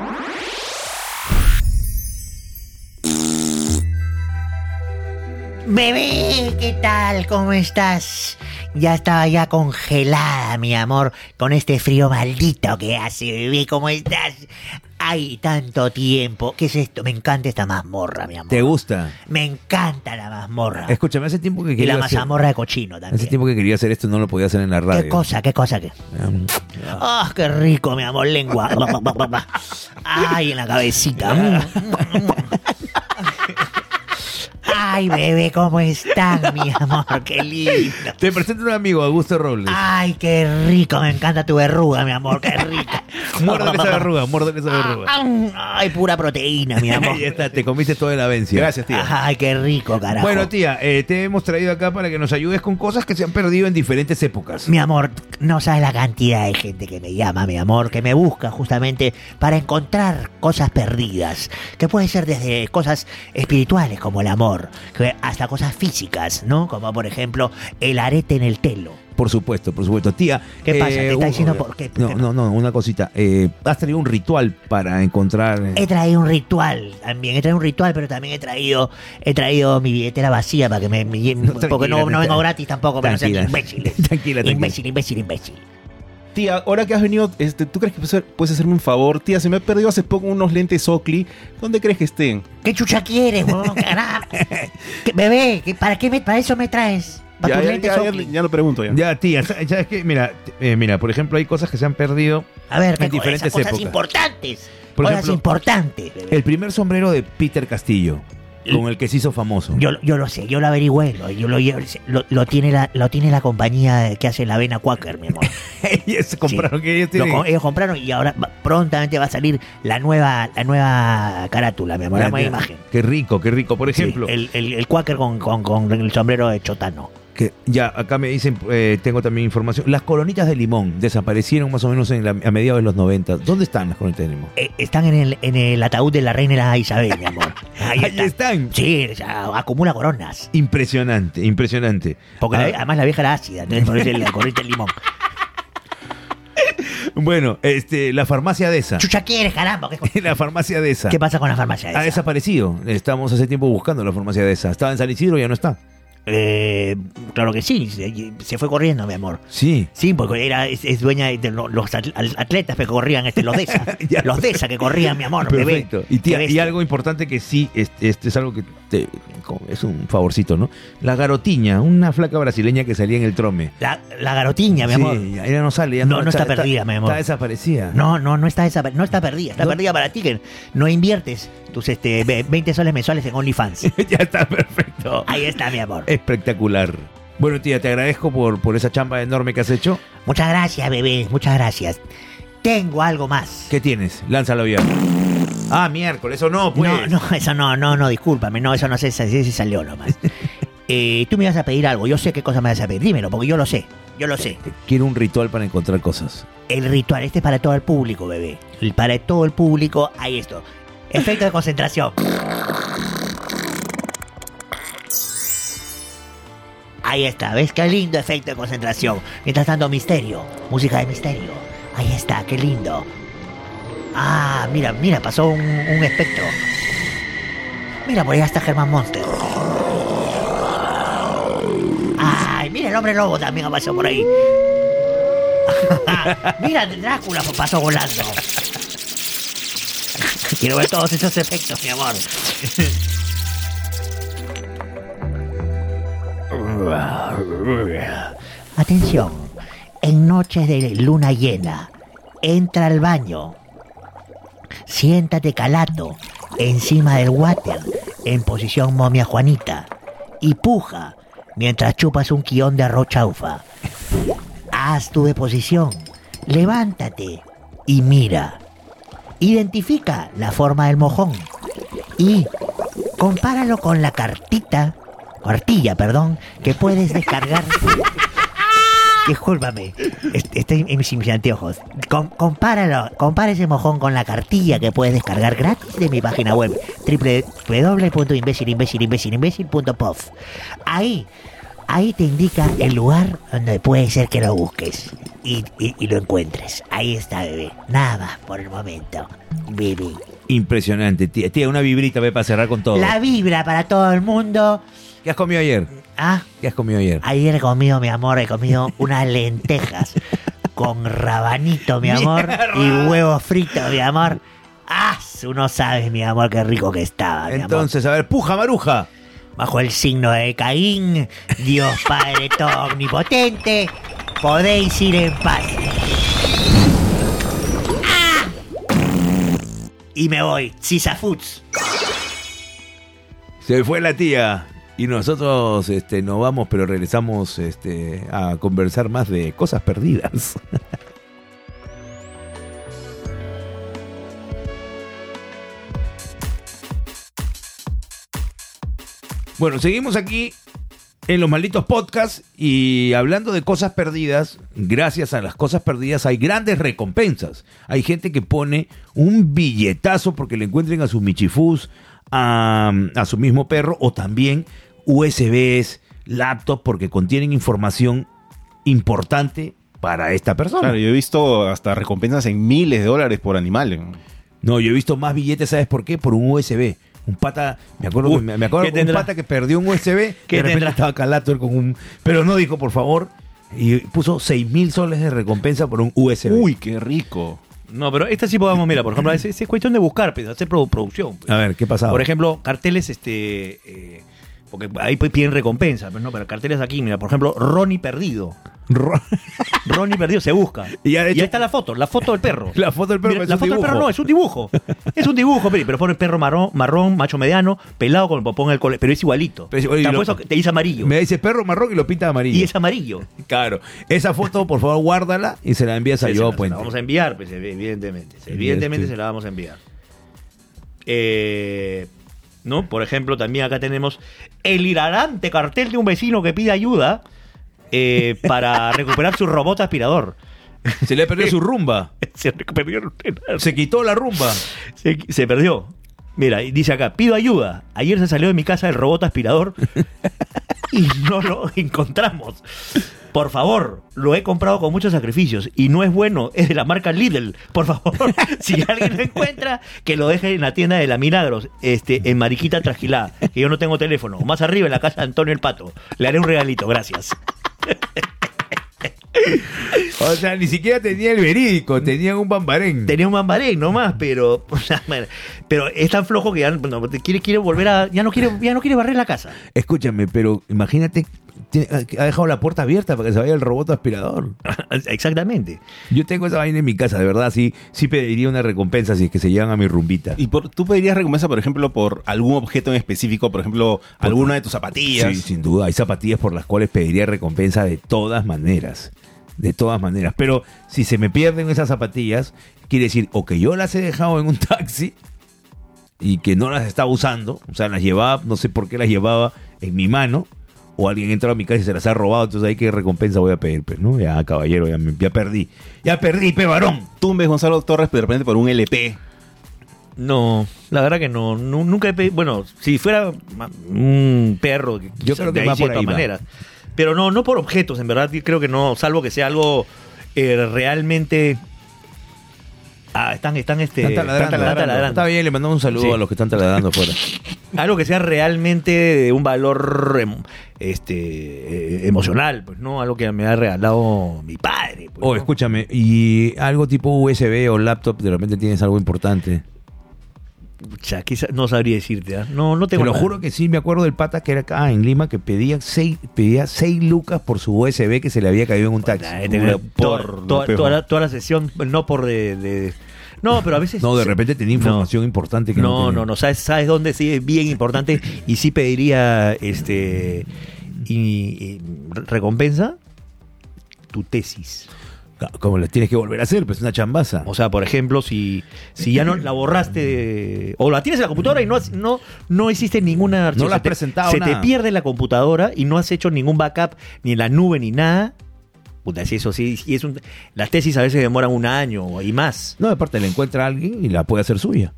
Speaker 4: Bebé, ¿qué tal? ¿Cómo estás? Ya estaba ya congelada, mi amor, con este frío maldito que hace, bebé. ¿Cómo estás? Ay, tanto tiempo. ¿Qué es esto? Me encanta esta mazmorra, mi amor.
Speaker 2: ¿Te gusta?
Speaker 4: Me encanta la mazmorra.
Speaker 2: Escúchame, hace tiempo que
Speaker 4: Ah. Y
Speaker 2: quería.
Speaker 4: la
Speaker 2: hacer-
Speaker 4: mazamorra de cochino
Speaker 2: Hace
Speaker 4: también.
Speaker 2: tiempo que quería hacer esto y no lo podía hacer en la radio.
Speaker 4: ¿Qué cosa? ¿Qué cosa? ¿Qué?
Speaker 2: Um,
Speaker 4: ¡Ah, qué rico, mi
Speaker 2: [LAUGHS]
Speaker 4: amor! Lengua. ¡Ay, en la cabecita! Mm,
Speaker 2: [LAUGHS]
Speaker 4: ¡Ay, bebé, cómo están, mi amor! ¡Qué lindo! Ah.
Speaker 2: Te presento a un amigo, Augusto Robles. [LAUGHS]
Speaker 4: ¡Ay, qué rico! Me encanta tu verruga, mi amor, qué rico.
Speaker 2: Muérdele esa verruga, muérdele esa verruga.
Speaker 4: Ah, Ay, pura proteína, mi amor.
Speaker 2: [LAUGHS] Ahí está, te comiste toda la vencia.
Speaker 3: Gracias, tía.
Speaker 4: Ay, qué rico, carajo.
Speaker 2: Bueno, tía, eh, te hemos traído acá para que nos ayudes con cosas que se han perdido en diferentes épocas.
Speaker 4: Mi amor, no sabes la cantidad de gente que me llama, mi amor, que me busca justamente para encontrar cosas perdidas, que puede ser desde cosas espirituales como el amor, que- hasta cosas físicas, ¿no? Como por ejemplo el arete en el telo.
Speaker 2: Por supuesto, por supuesto. Tía, eh,
Speaker 4: ¿Qué pasa? ¿Te
Speaker 2: un-
Speaker 4: está diciendo por qué?
Speaker 2: No, no, no, una cosita. Eh, has traído un ritual para encontrar. eh,
Speaker 4: He traído un ritual también, he traído un ritual, pero también he traído he traído mi billetera vacía para que me, me-
Speaker 2: [LAUGHS]
Speaker 4: porque
Speaker 2: tranquila,
Speaker 4: no, no vengo
Speaker 2: tranquila.
Speaker 4: gratis tampoco, pero no sean
Speaker 2: [LAUGHS] Tranquila.
Speaker 4: imbéciles.
Speaker 2: Tranquila, tranquila.
Speaker 4: Imbécil, imbécil, imbécil.
Speaker 3: Tía, ahora que has venido, este, ¿tú crees que puedes, puedes hacerme un favor? Tía, se me ha perdido hace poco unos lentes Oakley. ¿Dónde crees que estén?
Speaker 4: ¿Qué chucha quieres, huevón? Carajo. ¿Qué- Bebé, ¿qué- ¿para qué me, para eso me traes? Para
Speaker 3: Ya,
Speaker 4: tus
Speaker 3: ya,
Speaker 4: lentes,
Speaker 3: ya,
Speaker 4: Oakley?
Speaker 3: ya- ya lo pregunto ya.
Speaker 2: Ya, tía, sa- ¿sabes qué? Mira, t- eh, mira, por ejemplo, hay cosas que se han perdido.
Speaker 4: A ver,
Speaker 2: en
Speaker 4: qué co-
Speaker 2: diferentes
Speaker 4: esas cosas
Speaker 2: épocas.
Speaker 4: importantes.
Speaker 2: Por
Speaker 4: cosas
Speaker 2: ejemplo,
Speaker 4: importantes. bebé.
Speaker 2: El primer sombrero de Peter Castillo, con el que se hizo famoso.
Speaker 4: Yo, yo lo sé, yo lo averigüé, lo, yo lo, lo, lo tiene la, lo tiene la compañía que hace la avena Quaker, mi amor.
Speaker 2: [LAUGHS] ellos compraron que ellos
Speaker 4: Lo
Speaker 2: tienen-
Speaker 4: co- ellos compraron y ahora va- prontamente va a salir la nueva, la nueva carátula, mi amor, la nueva
Speaker 2: Grande.
Speaker 4: imagen.
Speaker 2: Qué rico, qué rico. Por
Speaker 4: Sí,
Speaker 2: ejemplo,
Speaker 4: el, el, el Quaker con, con, con el sombrero de chotano.
Speaker 2: que ya acá me dicen, eh, tengo también información. Las colonitas de limón desaparecieron más o menos en la- a mediados de los 90. ¿Dónde están las colonitas de limón?
Speaker 4: Eh, están en el, en el ataúd de la reina Isabel, mi [LAUGHS] amor. Ahí,
Speaker 2: Ahí
Speaker 4: está.
Speaker 2: están.
Speaker 4: Sí, o sea, acumula coronas.
Speaker 2: Impresionante, impresionante.
Speaker 4: Porque
Speaker 2: Ah,
Speaker 4: la- además la vieja era ácida, entonces por eso le corriste el [LAUGHS] limón.
Speaker 2: bueno, este, la farmacia de esa. [LAUGHS]
Speaker 4: Chucha, ¿quieres, caramba? ¿Qué,
Speaker 2: la farmacia de esa.
Speaker 4: qué pasa con la farmacia
Speaker 2: Ha
Speaker 4: esa?
Speaker 2: desaparecido. Estamos hace tiempo buscando la farmacia de esa. Estaba en San Isidro, ya no está.
Speaker 4: Eh, claro que sí, se, se fue corriendo, mi amor.
Speaker 2: Sí.
Speaker 4: Sí, porque era, es, es dueña de lo- los atl- atletas que corrían, este, los de esa.
Speaker 2: [LAUGHS] Ya.
Speaker 4: los de esa que corrían, mi amor. bebé.
Speaker 2: Ah, Perfecto. Y, tía,
Speaker 4: Qué
Speaker 2: y
Speaker 4: bestia.
Speaker 2: algo importante que sí, este, este es algo que te- es un favorcito, ¿no? La garotiña, una flaca brasileña que salía en el trome.
Speaker 4: La, la garotiña, mi
Speaker 2: Sí,
Speaker 4: amor.
Speaker 2: ya- ella no sale. ya
Speaker 4: No, no está perdida, mi amor.
Speaker 2: Está desaparecida.
Speaker 4: No, no, no está, esa, no está perdida. Está
Speaker 2: No.
Speaker 4: perdida para ti que no inviertes tus este, ve- 20 soles mensuales
Speaker 2: [LAUGHS]
Speaker 4: en OnlyFans.
Speaker 2: [LAUGHS] ya está perfecto.
Speaker 4: Ahí está, mi amor.
Speaker 2: Espectacular. Bueno, tía, te agradezco por, por esa chamba enorme que has hecho.
Speaker 4: Muchas gracias, bebé. Muchas gracias. Tengo algo más.
Speaker 2: ¿Qué tienes? Lánzalo ya. Ah, miércoles, eso no, pues.
Speaker 4: No, no, eso no, no, no, discúlpame, no, eso no sé, se, se
Speaker 2: [LAUGHS]
Speaker 4: salió nomás. Eh, tú me vas a pedir algo, yo sé qué cosa me vas a pedir, dímelo, porque yo lo sé, yo lo sé.
Speaker 2: Quiero un ritual para encontrar cosas.
Speaker 4: El ritual, este es para todo el público, bebé. El- Para todo el público, hay esto. Efecto de concentración. Ahí está, ¿ves qué lindo efecto de concentración? Mientras tanto, misterio, música de misterio. Ahí está, qué lindo. Ah, mira, mira, pasó un, un espectro. Mira, por allá está Germán Monster. Ay, mira, el hombre lobo también ha pasado por ahí. Mira, Drácula pasó volando. Quiero ver todos esos efectos, mi amor. Atención, en noches de luna llena, entra al baño, siéntate calato encima del water en posición momia Juanita y puja mientras chupas un guión de arroz chaufa. Haz tu deposición. Levántate y mira. Identifica la forma del mojón y compáralo con la cartita, cartilla, perdón, que puedes descargar. Discúlpame, est- estoy en- sin mis anteojos. Com- compáralo, compara ese mojón con la cartilla que puedes descargar gratis de mi página web www.imbécilimbécilimbécilimbécilpuntopov. Ahí Ahí te indica el lugar donde puede ser que lo busques y, y- y lo encuentres. Ahí está, bebé. Nada más por el momento. Bebé.
Speaker 2: Impresionante, tía. Tía, una vibrita ve para cerrar con todo.
Speaker 4: La vibra para todo el mundo.
Speaker 2: ¿Qué has comido ayer?
Speaker 4: Ah,
Speaker 2: ¿Qué has comido ayer?
Speaker 4: ayer he comido, mi amor, he
Speaker 5: [LAUGHS]
Speaker 4: comido unas lentejas con rabanito, mi amor, y huevos fritos, mi amor. Ah, tú no sabes, mi amor, qué rico que estaba, mi amor.
Speaker 2: Entonces, a ver, puja, maruja.
Speaker 4: bajo el signo de Caín, Dios Padre
Speaker 5: [LAUGHS]
Speaker 4: todo omnipotente, podéis ir en paz. ¡Ah! Y me voy, Sisa Foods.
Speaker 2: Se fue la tía. Y nosotros este, nos vamos, pero regresamos este, a conversar más de cosas perdidas. Bueno, seguimos aquí en los malditos podcasts y hablando de cosas perdidas, gracias a las cosas perdidas hay grandes recompensas. Hay gente que pone un billetazo porque le encuentren a su michifús, a, a su mismo perro o también USBs, laptops porque contienen información importante para esta persona.
Speaker 3: Claro, yo he visto hasta recompensas en miles de dólares por animales.
Speaker 2: No, yo he visto más billetes, ¿sabes por qué? Por un USB. Un pata, me acuerdo,
Speaker 1: Uy,
Speaker 2: que, me, me acuerdo
Speaker 1: ¿qué
Speaker 2: un
Speaker 1: tendrá?
Speaker 2: pata que perdió un USB, que
Speaker 1: [LAUGHS] ¿Qué
Speaker 2: de repente
Speaker 1: tendrá?
Speaker 2: estaba calato él con un... Pero no dijo, por favor, y puso 6 mil soles de recompensa por un USB.
Speaker 3: Uy, qué rico.
Speaker 1: No, pero esta sí podamos, mira, por ejemplo, es, es cuestión de buscar, pues, hacer produ- producción. pues.
Speaker 2: A ver, ¿qué pasaba?
Speaker 1: Por ejemplo, carteles, este. eh, porque ahí pues, piden recompensa, pero no, pero carteles aquí, mira, por ejemplo, Ronnie perdido.
Speaker 2: [LAUGHS] Ro-
Speaker 1: Ronnie perdido se busca.
Speaker 2: [LAUGHS] Y
Speaker 1: Y,
Speaker 2: ya, de hecho-
Speaker 1: ahí está la foto, la foto del perro.
Speaker 2: [LAUGHS] La foto del perro
Speaker 1: Mira,
Speaker 2: es
Speaker 1: la
Speaker 2: un
Speaker 1: foto del perro
Speaker 2: dibujo.
Speaker 1: no, es un dibujo. Es un dibujo, pero pero pone el perro marrón, marrón, macho mediano, pelado con el popón en el cole, pero es igualito.
Speaker 2: Pero es igual- y
Speaker 1: te
Speaker 2: lo-
Speaker 1: apuesto que te dice amarillo.
Speaker 2: me dice perro marrón y lo pinta de amarillo.
Speaker 1: Y es amarillo.
Speaker 2: Claro. Esa foto, por favor, guárdala y se la envías a
Speaker 1: Sí, se
Speaker 2: Joao
Speaker 1: la- se
Speaker 2: Puente.
Speaker 1: la vamos a enviar, pues, ev- evidentemente. Se-
Speaker 2: Evidente.
Speaker 1: Evidentemente se la vamos a enviar. Eh, ¿No? Por ejemplo, también acá tenemos el hilarante cartel de un vecino que pide ayuda eh, para recuperar su robot aspirador.
Speaker 2: Se le ha perdido su rumba.
Speaker 1: Se recuperó-
Speaker 2: Se quitó la rumba.
Speaker 1: se, se perdió. Mira, y dice acá, pido ayuda. Ayer se salió de mi casa el robot aspirador y no lo encontramos. Por favor, lo he comprado con muchos sacrificios y no es bueno, es de la marca Lidl. Por favor, [LAUGHS] si alguien lo encuentra, que lo deje en la tienda de la Milagros, este, en Mariquita Trasquilá, que yo no tengo teléfono. Más arriba, en la casa de Antonio el Pato. Le haré un regalito, gracias.
Speaker 2: O sea, ni siquiera tenía el verídico, tenía un bambarén.
Speaker 1: Tenía un mambaré nomás, pero [LAUGHS] pero es tan flojo que ya no, quiere, quiere volver a ya no quiere ya no quiere barrer la casa.
Speaker 2: Escúchame, pero imagínate, te- ah, ha dejado la puerta abierta para que se vaya el robot aspirador.
Speaker 1: [LAUGHS] Exactamente.
Speaker 2: Yo tengo esa vaina en mi casa, de verdad, sí, sí pediría una recompensa si es que se llevan a mi rumbita.
Speaker 3: ¿Y por, tú pedirías recompensa, por ejemplo, por algún objeto en específico? Por ejemplo, alguna de tus
Speaker 2: Sí,
Speaker 3: zapatillas.
Speaker 2: sin duda, hay zapatillas por las cuales pediría recompensa de todas maneras. De todas maneras. Pero si se me pierden esas zapatillas, quiere decir o que yo las he dejado en un [LAUGHS] taxi y que no las estaba usando, o sea, las llevaba, no sé por qué las llevaba en mi mano, o alguien entró a mi casa y se las ha robado, entonces ahí qué recompensa voy a pedir, pues, ¿no? Ya, caballero, ya, me- ya perdí. Ya perdí, pe varón.
Speaker 3: Tumbes Gonzalo Torres de repente por un LP.
Speaker 1: No, la verdad que no, nu- nunca he pedido, bueno, si fuera ma- un perro, que
Speaker 2: Yo
Speaker 1: quizás
Speaker 2: creo
Speaker 1: de
Speaker 2: que
Speaker 1: ahí
Speaker 2: va
Speaker 1: sí,
Speaker 2: por
Speaker 1: de
Speaker 2: ahí,
Speaker 1: todas
Speaker 2: va.
Speaker 1: maneras. Pero no, no por objetos, en verdad y creo que no, salvo que sea algo eh, realmente ah, están están este
Speaker 2: Están taladrando.
Speaker 1: están taladrando.
Speaker 2: Está bien, le mandamos un saludo
Speaker 1: Sí.
Speaker 2: a los que están taladrando afuera.
Speaker 1: algo que sea realmente de un valor em- este eh, emocional, pues no, algo que me ha regalado mi padre. pues, ¿no?
Speaker 2: Oh, escúchame, y algo tipo USB o laptop, de repente tienes algo importante.
Speaker 1: Pucha, quizá- no sabría decirte, ¿ah? no no
Speaker 2: Te
Speaker 1: tengo
Speaker 2: lo
Speaker 1: nada.
Speaker 2: juro que sí, me acuerdo del pata que era acá en Lima que pedía seis, pedía seis lucas por su USB que se le había caído en un taxi.
Speaker 1: Nah, he tenido
Speaker 3: Una
Speaker 1: toda-
Speaker 3: porno,
Speaker 1: toda,
Speaker 3: pejo.
Speaker 1: toda la, toda la sesión, no por de, de- No, pero a veces...
Speaker 2: No, de repente tenía información importante que no
Speaker 1: No,
Speaker 2: tenía.
Speaker 1: no, no, ¿sabes, sabes dónde sí es bien importante? Y sí pediría este y, y recompensa tu tesis.
Speaker 2: Ca- Como las tienes que volver a hacer, pues una chambaza.
Speaker 1: O sea, por ejemplo, si, si ya no la borraste o la tienes en la computadora y no has- no, no hiciste ninguna archivo,
Speaker 2: la has
Speaker 1: se te-
Speaker 2: presentado,
Speaker 1: Se
Speaker 2: nada.
Speaker 1: te pierde la computadora y no has hecho ningún backup ni en la nube ni nada. Puta, si eso sí, y es un- las tesis a veces demoran un año y más.
Speaker 2: no, aparte le encuentra a alguien y la puede hacer suya.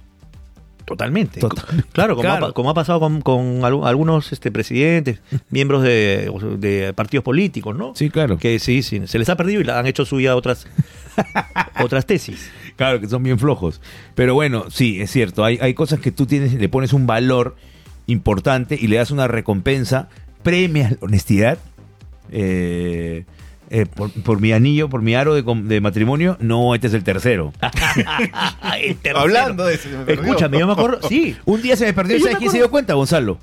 Speaker 1: Totalmente.
Speaker 2: Total-
Speaker 1: Claro, como,
Speaker 2: Claro.
Speaker 1: Ha, pa- como ha pasado con, con alu- algunos este,
Speaker 2: [LAUGHS]
Speaker 1: presidentes, miembros de, o sea, de partidos políticos, ¿no?
Speaker 2: Sí, claro.
Speaker 1: Que sí, sí, se les ha perdido y la han hecho suya
Speaker 2: [LAUGHS]
Speaker 1: otras, otras tesis.
Speaker 2: Claro, que son bien flojos. Pero bueno, sí, es cierto. Hay, hay cosas que tú tienes, le pones un valor importante y le das una recompensa, premias la honestidad. Eh, eh, por, por mi anillo, por mi aro de, com- de matrimonio, no, este es el tercero.
Speaker 1: [LAUGHS] El tercero.
Speaker 3: Hablando de eso, se me perdió.
Speaker 1: Escúchame, yo me acuerdo. Sí.
Speaker 2: Un día se me perdió.
Speaker 1: Sí, yo
Speaker 2: ¿Sabes
Speaker 1: me
Speaker 2: quién se
Speaker 1: acuerdo.
Speaker 2: dio cuenta, Gonzalo?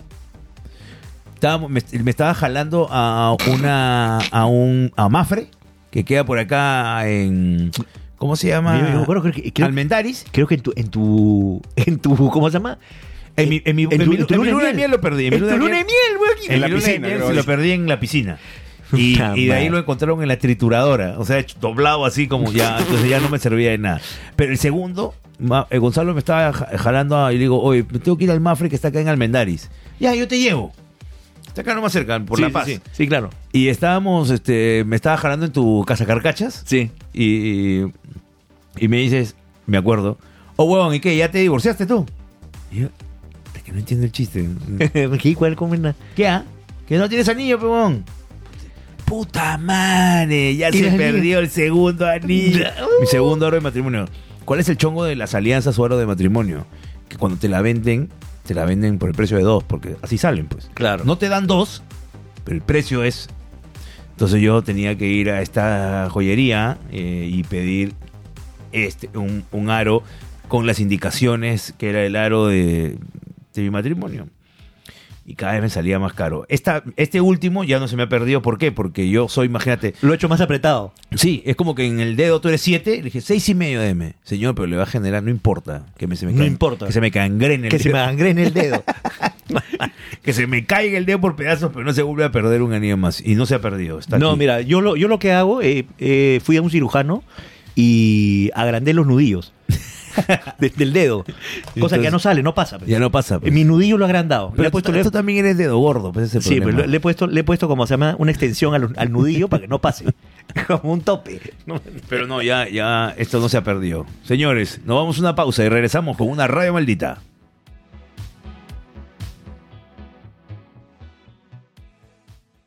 Speaker 2: Estábamos- me, me estaba jalando a una a un a Mafre que queda por acá en ¿cómo se llama?
Speaker 1: Yo me acuerdo, creo que- creo-
Speaker 2: Almendaris.
Speaker 1: Creo que en tu, en tu, en tu, ¿cómo se llama?
Speaker 2: En mi, en mi- en mi- en mi luna de miel lo perdí. En mi
Speaker 1: En tu luna de miel,
Speaker 2: En,
Speaker 1: güey.
Speaker 2: la
Speaker 3: En la
Speaker 2: piscina,
Speaker 3: piscina, creo.
Speaker 2: lo perdí en
Speaker 1: [LAUGHS]
Speaker 2: la piscina. Y,
Speaker 1: Puta
Speaker 2: y de ahí
Speaker 1: madre.
Speaker 2: lo encontraron en la trituradora. O sea, ch- doblado así como ya. Entonces ya no me servía de nada. Pero el segundo, ma- eh, Gonzalo me estaba ja- jalando a- y le digo, oye, me tengo que ir al Mafre que está acá en Almendaris. Ya, yo te llevo. Está acá nomás cerca, por
Speaker 1: Sí,
Speaker 2: La
Speaker 1: sí,
Speaker 2: Paz.
Speaker 1: Sí, Sí, claro.
Speaker 2: Y estábamos, este, me estaba jalando en tu casa carcachas.
Speaker 1: Sí.
Speaker 2: Y, y, y me dices, me acuerdo, oh huevón, ¿y qué? ¿Ya te divorciaste tú? Y yo, es que no entiendo
Speaker 1: [LAUGHS]
Speaker 2: el chiste.
Speaker 1: ¿Qué? ¿Cuál comenta?
Speaker 2: ¿Qué ah? Que no tienes anillo, huevón. Puta madre, ya se
Speaker 1: ¿Tienes anillo?
Speaker 2: perdió el segundo anillo. Mi segundo aro de matrimonio. ¿Cuál es el chongo de las alianzas o aro de matrimonio? Que cuando te la venden, te la venden por el precio de dos, porque así salen, pues.
Speaker 1: Claro.
Speaker 2: No te dan dos, pero el precio es. Entonces yo tenía que ir a esta joyería eh, y pedir este, un, un aro con las indicaciones que era el aro de, de mi matrimonio. Y cada vez me salía más caro. Esta, este último ya no se me ha perdido. ¿Por qué? Porque yo soy, imagínate,
Speaker 1: Lo he hecho más apretado.
Speaker 2: sí, es como que en el dedo tú eres 7, le dije seis y medio DM. Señor, pero le va a generar, no importa. Que me, se me
Speaker 1: No
Speaker 2: can-
Speaker 1: importa.
Speaker 2: Que se me cangrene el
Speaker 1: Que se
Speaker 2: dedo.
Speaker 1: me gangrene el dedo.
Speaker 2: [LAUGHS] que se me caiga el dedo por pedazos, pero no se vuelve a perder un anillo más. Y no se ha perdido. Está
Speaker 1: no,
Speaker 2: aquí.
Speaker 1: mira, yo lo, yo lo que hago, eh, eh, fui a un cirujano y agrandé los nudillos [LAUGHS] de- del
Speaker 2: [LAUGHS]
Speaker 1: dedo. Cosa que
Speaker 2: Entonces,
Speaker 1: ya no sale, no pasa. pues.
Speaker 2: Ya no pasa. pues.
Speaker 1: Mi nudillo lo he agrandado.
Speaker 2: Pero
Speaker 1: le he
Speaker 2: tú,
Speaker 1: puesto,
Speaker 2: tú
Speaker 1: le he-
Speaker 2: también eres dedo gordo. Pues ese
Speaker 1: sí,
Speaker 2: problema.
Speaker 1: pero le, le he puesto, le he puesto como se llama una extensión al, al nudillo para que no
Speaker 2: [LAUGHS]
Speaker 1: pase. Como un tope.
Speaker 2: Pero no, ya, ya, esto no se ha perdido. Señores, nos vamos a una pausa y regresamos con una radio maldita.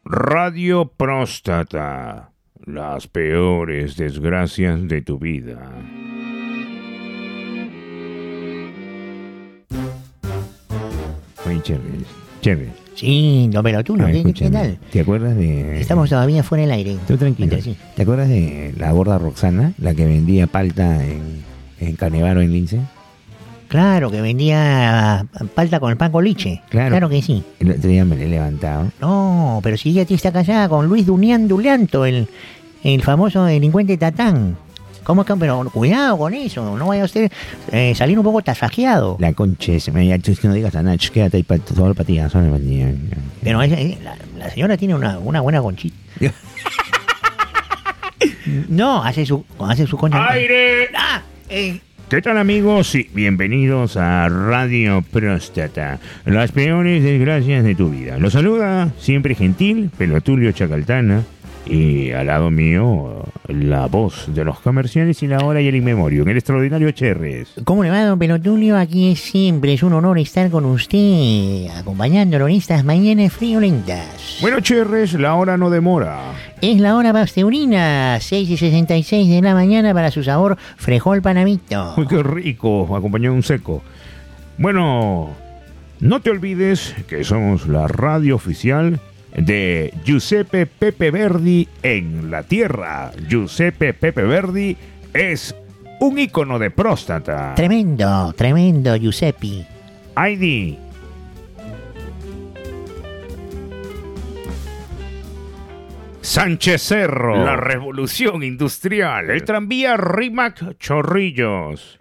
Speaker 5: Radio Próstata. Las peores desgracias de tu vida. Oye, Chévere, chévere.
Speaker 4: Sí, no, pero tú no,
Speaker 5: Ah,
Speaker 4: ¿qué, qué
Speaker 5: escúchame,
Speaker 4: tal?
Speaker 5: ¿Te acuerdas de...?
Speaker 4: Estamos todavía fuera del aire.
Speaker 5: Tú tranquilo.
Speaker 4: Entonces,
Speaker 5: ¿Te acuerdas de la gorda Roxana? La que vendía palta en, en Canevaro, en Lince.
Speaker 4: claro, que vendía ah, palta con el pan coliche.
Speaker 5: Claro.
Speaker 4: que sí.
Speaker 5: El otro día me la he levantado.
Speaker 4: No, pero si ella está casada con Luis Dunián Duleanto, el, el famoso delincuente Tatán. ¿Cómo es que? Pero cuidado con eso, no vaya usted eh, salir un poco tasajeado.
Speaker 5: La concha esa, me- ya, tú no digas a Nacho, quédate ahí para solo para ti, ya, solo para ti, ya.
Speaker 4: Pero ella- eh, la, la señora tiene una, una buena
Speaker 5: [LAUGHS]
Speaker 4: conchita. no, hace su, hace su concha.
Speaker 5: ¡Aire!
Speaker 4: ¡Ah! eh,
Speaker 5: ¿Qué tal amigos? Y bienvenidos a Radio Próstata, las peores desgracias de tu vida. Los saluda siempre gentil, pelotulio chacaltana, y al lado mío, la voz de los comerciales y la hora y el inmemorio, en el extraordinario Cherres.
Speaker 4: ¿Cómo le va, don Pelotulio? Aquí es siempre, es un honor estar con usted, acompañándolo en estas mañanas friolentas.
Speaker 5: Bueno, Cherres, la hora no demora.
Speaker 4: Es la hora pasteurina, 6 y 66 de la mañana para su sabor frejol panamito.
Speaker 5: Uy, qué rico, acompañado de un seco. Bueno, no te olvides que somos la radio oficial de Giuseppe Pepe Verdi en la Tierra. Giuseppe Pepe Verdi es un ícono de próstata.
Speaker 4: Tremendo, tremendo, Giuseppe.
Speaker 5: ID. Sánchez Cerro. La revolución industrial. El tranvía Rimac Chorrillos.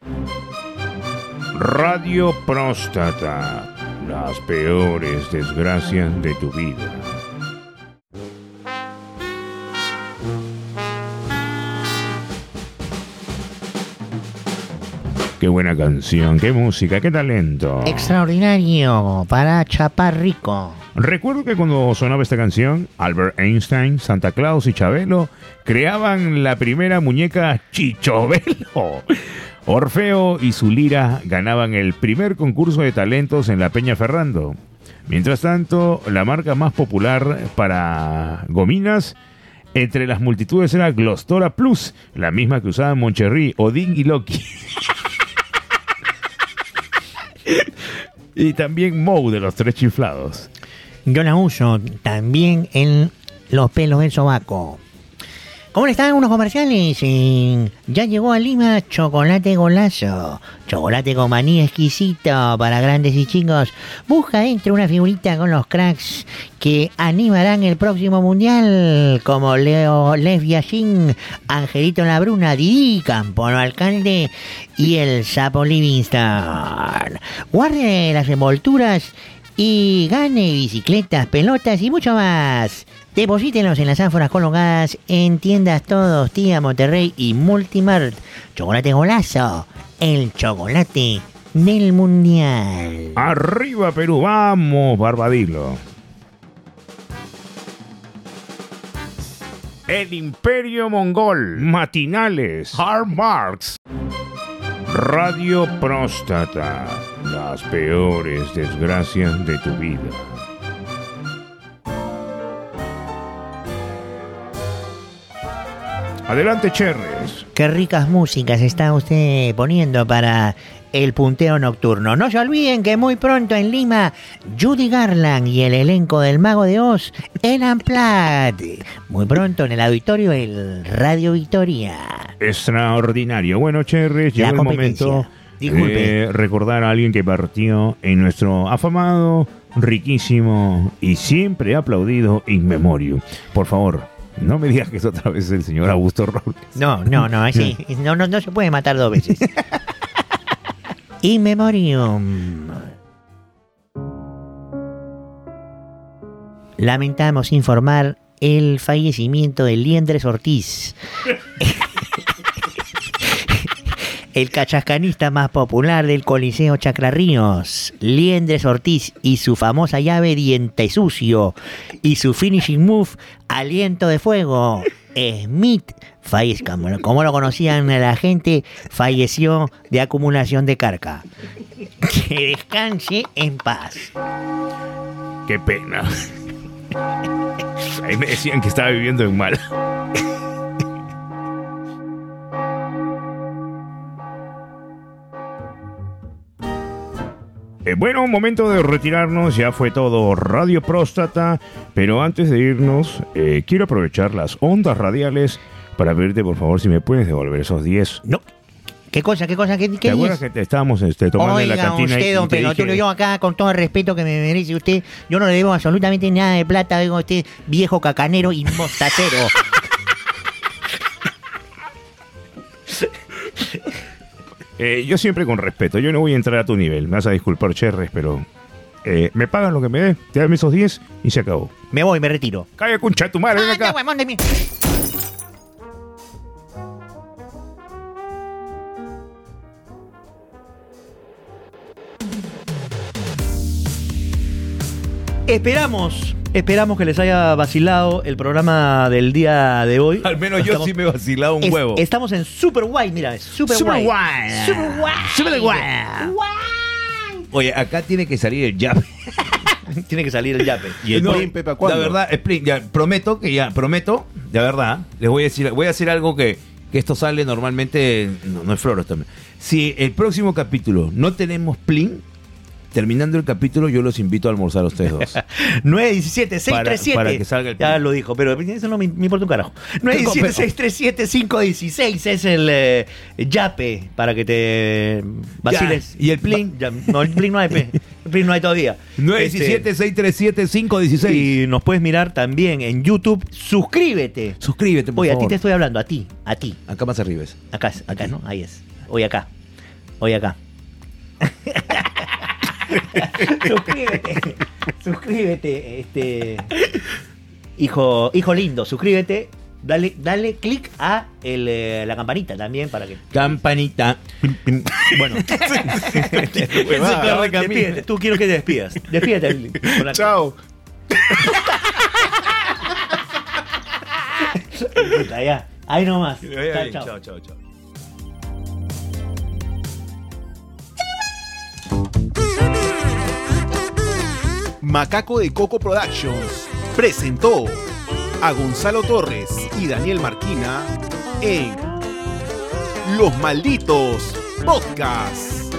Speaker 5: Radio Próstata. Las peores desgracias de tu vida. Qué buena canción, qué música, qué talento.
Speaker 4: Extraordinario, para chapar rico.
Speaker 5: Recuerdo que cuando sonaba esta canción, Albert Einstein, Santa Claus y Chabelo creaban la primera muñeca Chichovelo. [LAUGHS] Orfeo y su lira ganaban el primer concurso de talentos en la Peña Ferrando. Mientras tanto, la marca más popular para gominas entre las multitudes era Glostora Plus, la misma que usaban Moncherry, Odín y Loki. [LAUGHS] y también Moe de los tres chiflados.
Speaker 4: Yo la uso también en los pelos del sobaco. ¿Cómo le están unos comerciales? Eh, ya llegó a Lima Chocolate Golazo. Chocolate con maní exquisito para grandes y chicos. Busca entre una figurita con los cracks que animarán el próximo mundial. Como Leo Lesbiachín, Angelito Labruna, Didi Campono Alcalde y el Sapo Livingston. Guarde las envolturas y gane bicicletas, pelotas y mucho más. Deposítenlos en las ánforas colocadas en tiendas todos, tía Monterrey y Multimart. Chocolate golazo, el chocolate del mundial.
Speaker 5: Arriba Perú, vamos, Barbadilo. El Imperio Mongol. Matinales. Hard Marks. Radio Próstata. Las peores desgracias de tu vida. Adelante, Cherres.
Speaker 4: Qué ricas músicas está usted poniendo para el punteo nocturno. No se olviden que muy pronto en Lima, Judy Garland y el elenco del Mago de Oz, el Amplat. Muy pronto en el auditorio, el Radio Victoria.
Speaker 5: Extraordinario. Bueno, Cherres,
Speaker 4: La
Speaker 5: llegó el
Speaker 4: competencia.
Speaker 5: momento
Speaker 4: Disculpe.
Speaker 5: de recordar a alguien que partió en nuestro afamado, riquísimo y siempre aplaudido In Memoriam. Por favor, no me digas que es otra vez el señor Augusto Robles.
Speaker 4: No, no, no, así. No, no, no se puede matar dos veces. In memoriam. Lamentamos informar el fallecimiento de Liendres Ortiz. El cachascanista más popular del Coliseo Chaclarríos, Liendres Ortiz y su famosa llave diente sucio y su finishing move aliento de fuego. Smith, fallece, como, lo- como lo conocían la gente, falleció de acumulación de carca. Que descanse en paz.
Speaker 5: Qué pena. Ahí me decían que estaba viviendo en mal. Eh, bueno, momento de retirarnos, ya fue todo Radio Próstata, pero antes de irnos, eh, quiero aprovechar las ondas radiales para pedirte por favor si me puedes devolver esos 10.
Speaker 4: No. ¿Qué cosa, qué cosa, qué, qué
Speaker 5: ¿Te acuerdas
Speaker 4: dice?
Speaker 5: que te estábamos este, tomando en la
Speaker 4: Oiga,
Speaker 5: cantina? y-
Speaker 4: usted,
Speaker 5: y
Speaker 4: don
Speaker 5: te dije-
Speaker 4: Pelotudo, yo acá, con todo el respeto que me merece usted, yo no le debo absolutamente nada de plata, oiga usted, viejo cacanero y mostacero.
Speaker 5: Eh, yo siempre con respeto, yo no voy a entrar a tu nivel, me vas a disculpar, Cherres, pero eh, me pagas lo que me des, te dan esos 10 y se acabó.
Speaker 4: me voy, me retiro.
Speaker 5: Calla, concha, tu madre, ven
Speaker 4: Ah,
Speaker 5: acá.
Speaker 4: este huevón de mi-
Speaker 1: Esperamos, esperamos que les haya vacilado el programa del día de hoy.
Speaker 2: Al menos yo
Speaker 1: Estamos-
Speaker 2: sí me he vacilado un
Speaker 1: es-
Speaker 2: huevo.
Speaker 1: Estamos en Super Guay, mira, es Super, Guay. Super Guay.
Speaker 2: Súper guay. Oye, acá tiene que salir el llave.
Speaker 1: Tiene que salir el yape.
Speaker 2: Y [LAUGHS] el
Speaker 3: No,
Speaker 2: Plin,
Speaker 3: Pepa, ¿cuándo?
Speaker 2: La verdad, el Plin, ya, prometo que ya, prometo, de verdad, les voy a decir, voy a decir algo que, que esto sale normalmente, no, no es floros también. Si el próximo capítulo no tenemos Plin, terminando el capítulo, yo los invito a almorzar a ustedes dos.
Speaker 1: 917 637
Speaker 2: Para- para que salga el
Speaker 1: Ya
Speaker 2: pin.
Speaker 1: lo dijo, pero eso no me, me importa un carajo. 917 637 516 es el eh, yape para que te vaciles.
Speaker 2: Ya, ¿y el plin?
Speaker 1: Va- ya, no, el plin no hay, pe. el plin no hay todavía.
Speaker 2: 917-637-516.
Speaker 1: Este, y nos puedes mirar también en YouTube. Suscríbete.
Speaker 2: Suscríbete, por
Speaker 1: Oye, a ti
Speaker 2: favor.
Speaker 1: te estoy hablando, a ti, a ti.
Speaker 2: Acá más arriba es.
Speaker 1: Acá, es, acá, ¿no? Ahí es. Hoy acá. Hoy [LAUGHS] acá. suscríbete. Suscríbete, este. Hijo, hijo lindo, suscríbete. Dale, dale click a el, eh, la campanita también para que.
Speaker 2: Campanita.
Speaker 1: [LAUGHS] Bueno.
Speaker 2: Ese perro
Speaker 1: Despídete,
Speaker 2: camina.
Speaker 1: Tú quiero que te despidas. [LAUGHS] Despídete. con la-
Speaker 3: Chao.
Speaker 1: Puta, ya. Ahí nomás. Chao,
Speaker 2: Bien,
Speaker 1: chao.
Speaker 2: Chao, chao, chao.
Speaker 3: Macaco de Coco Productions presentó a Gonzalo Torres y Daniel Marquina en Los Malditos Podcasts.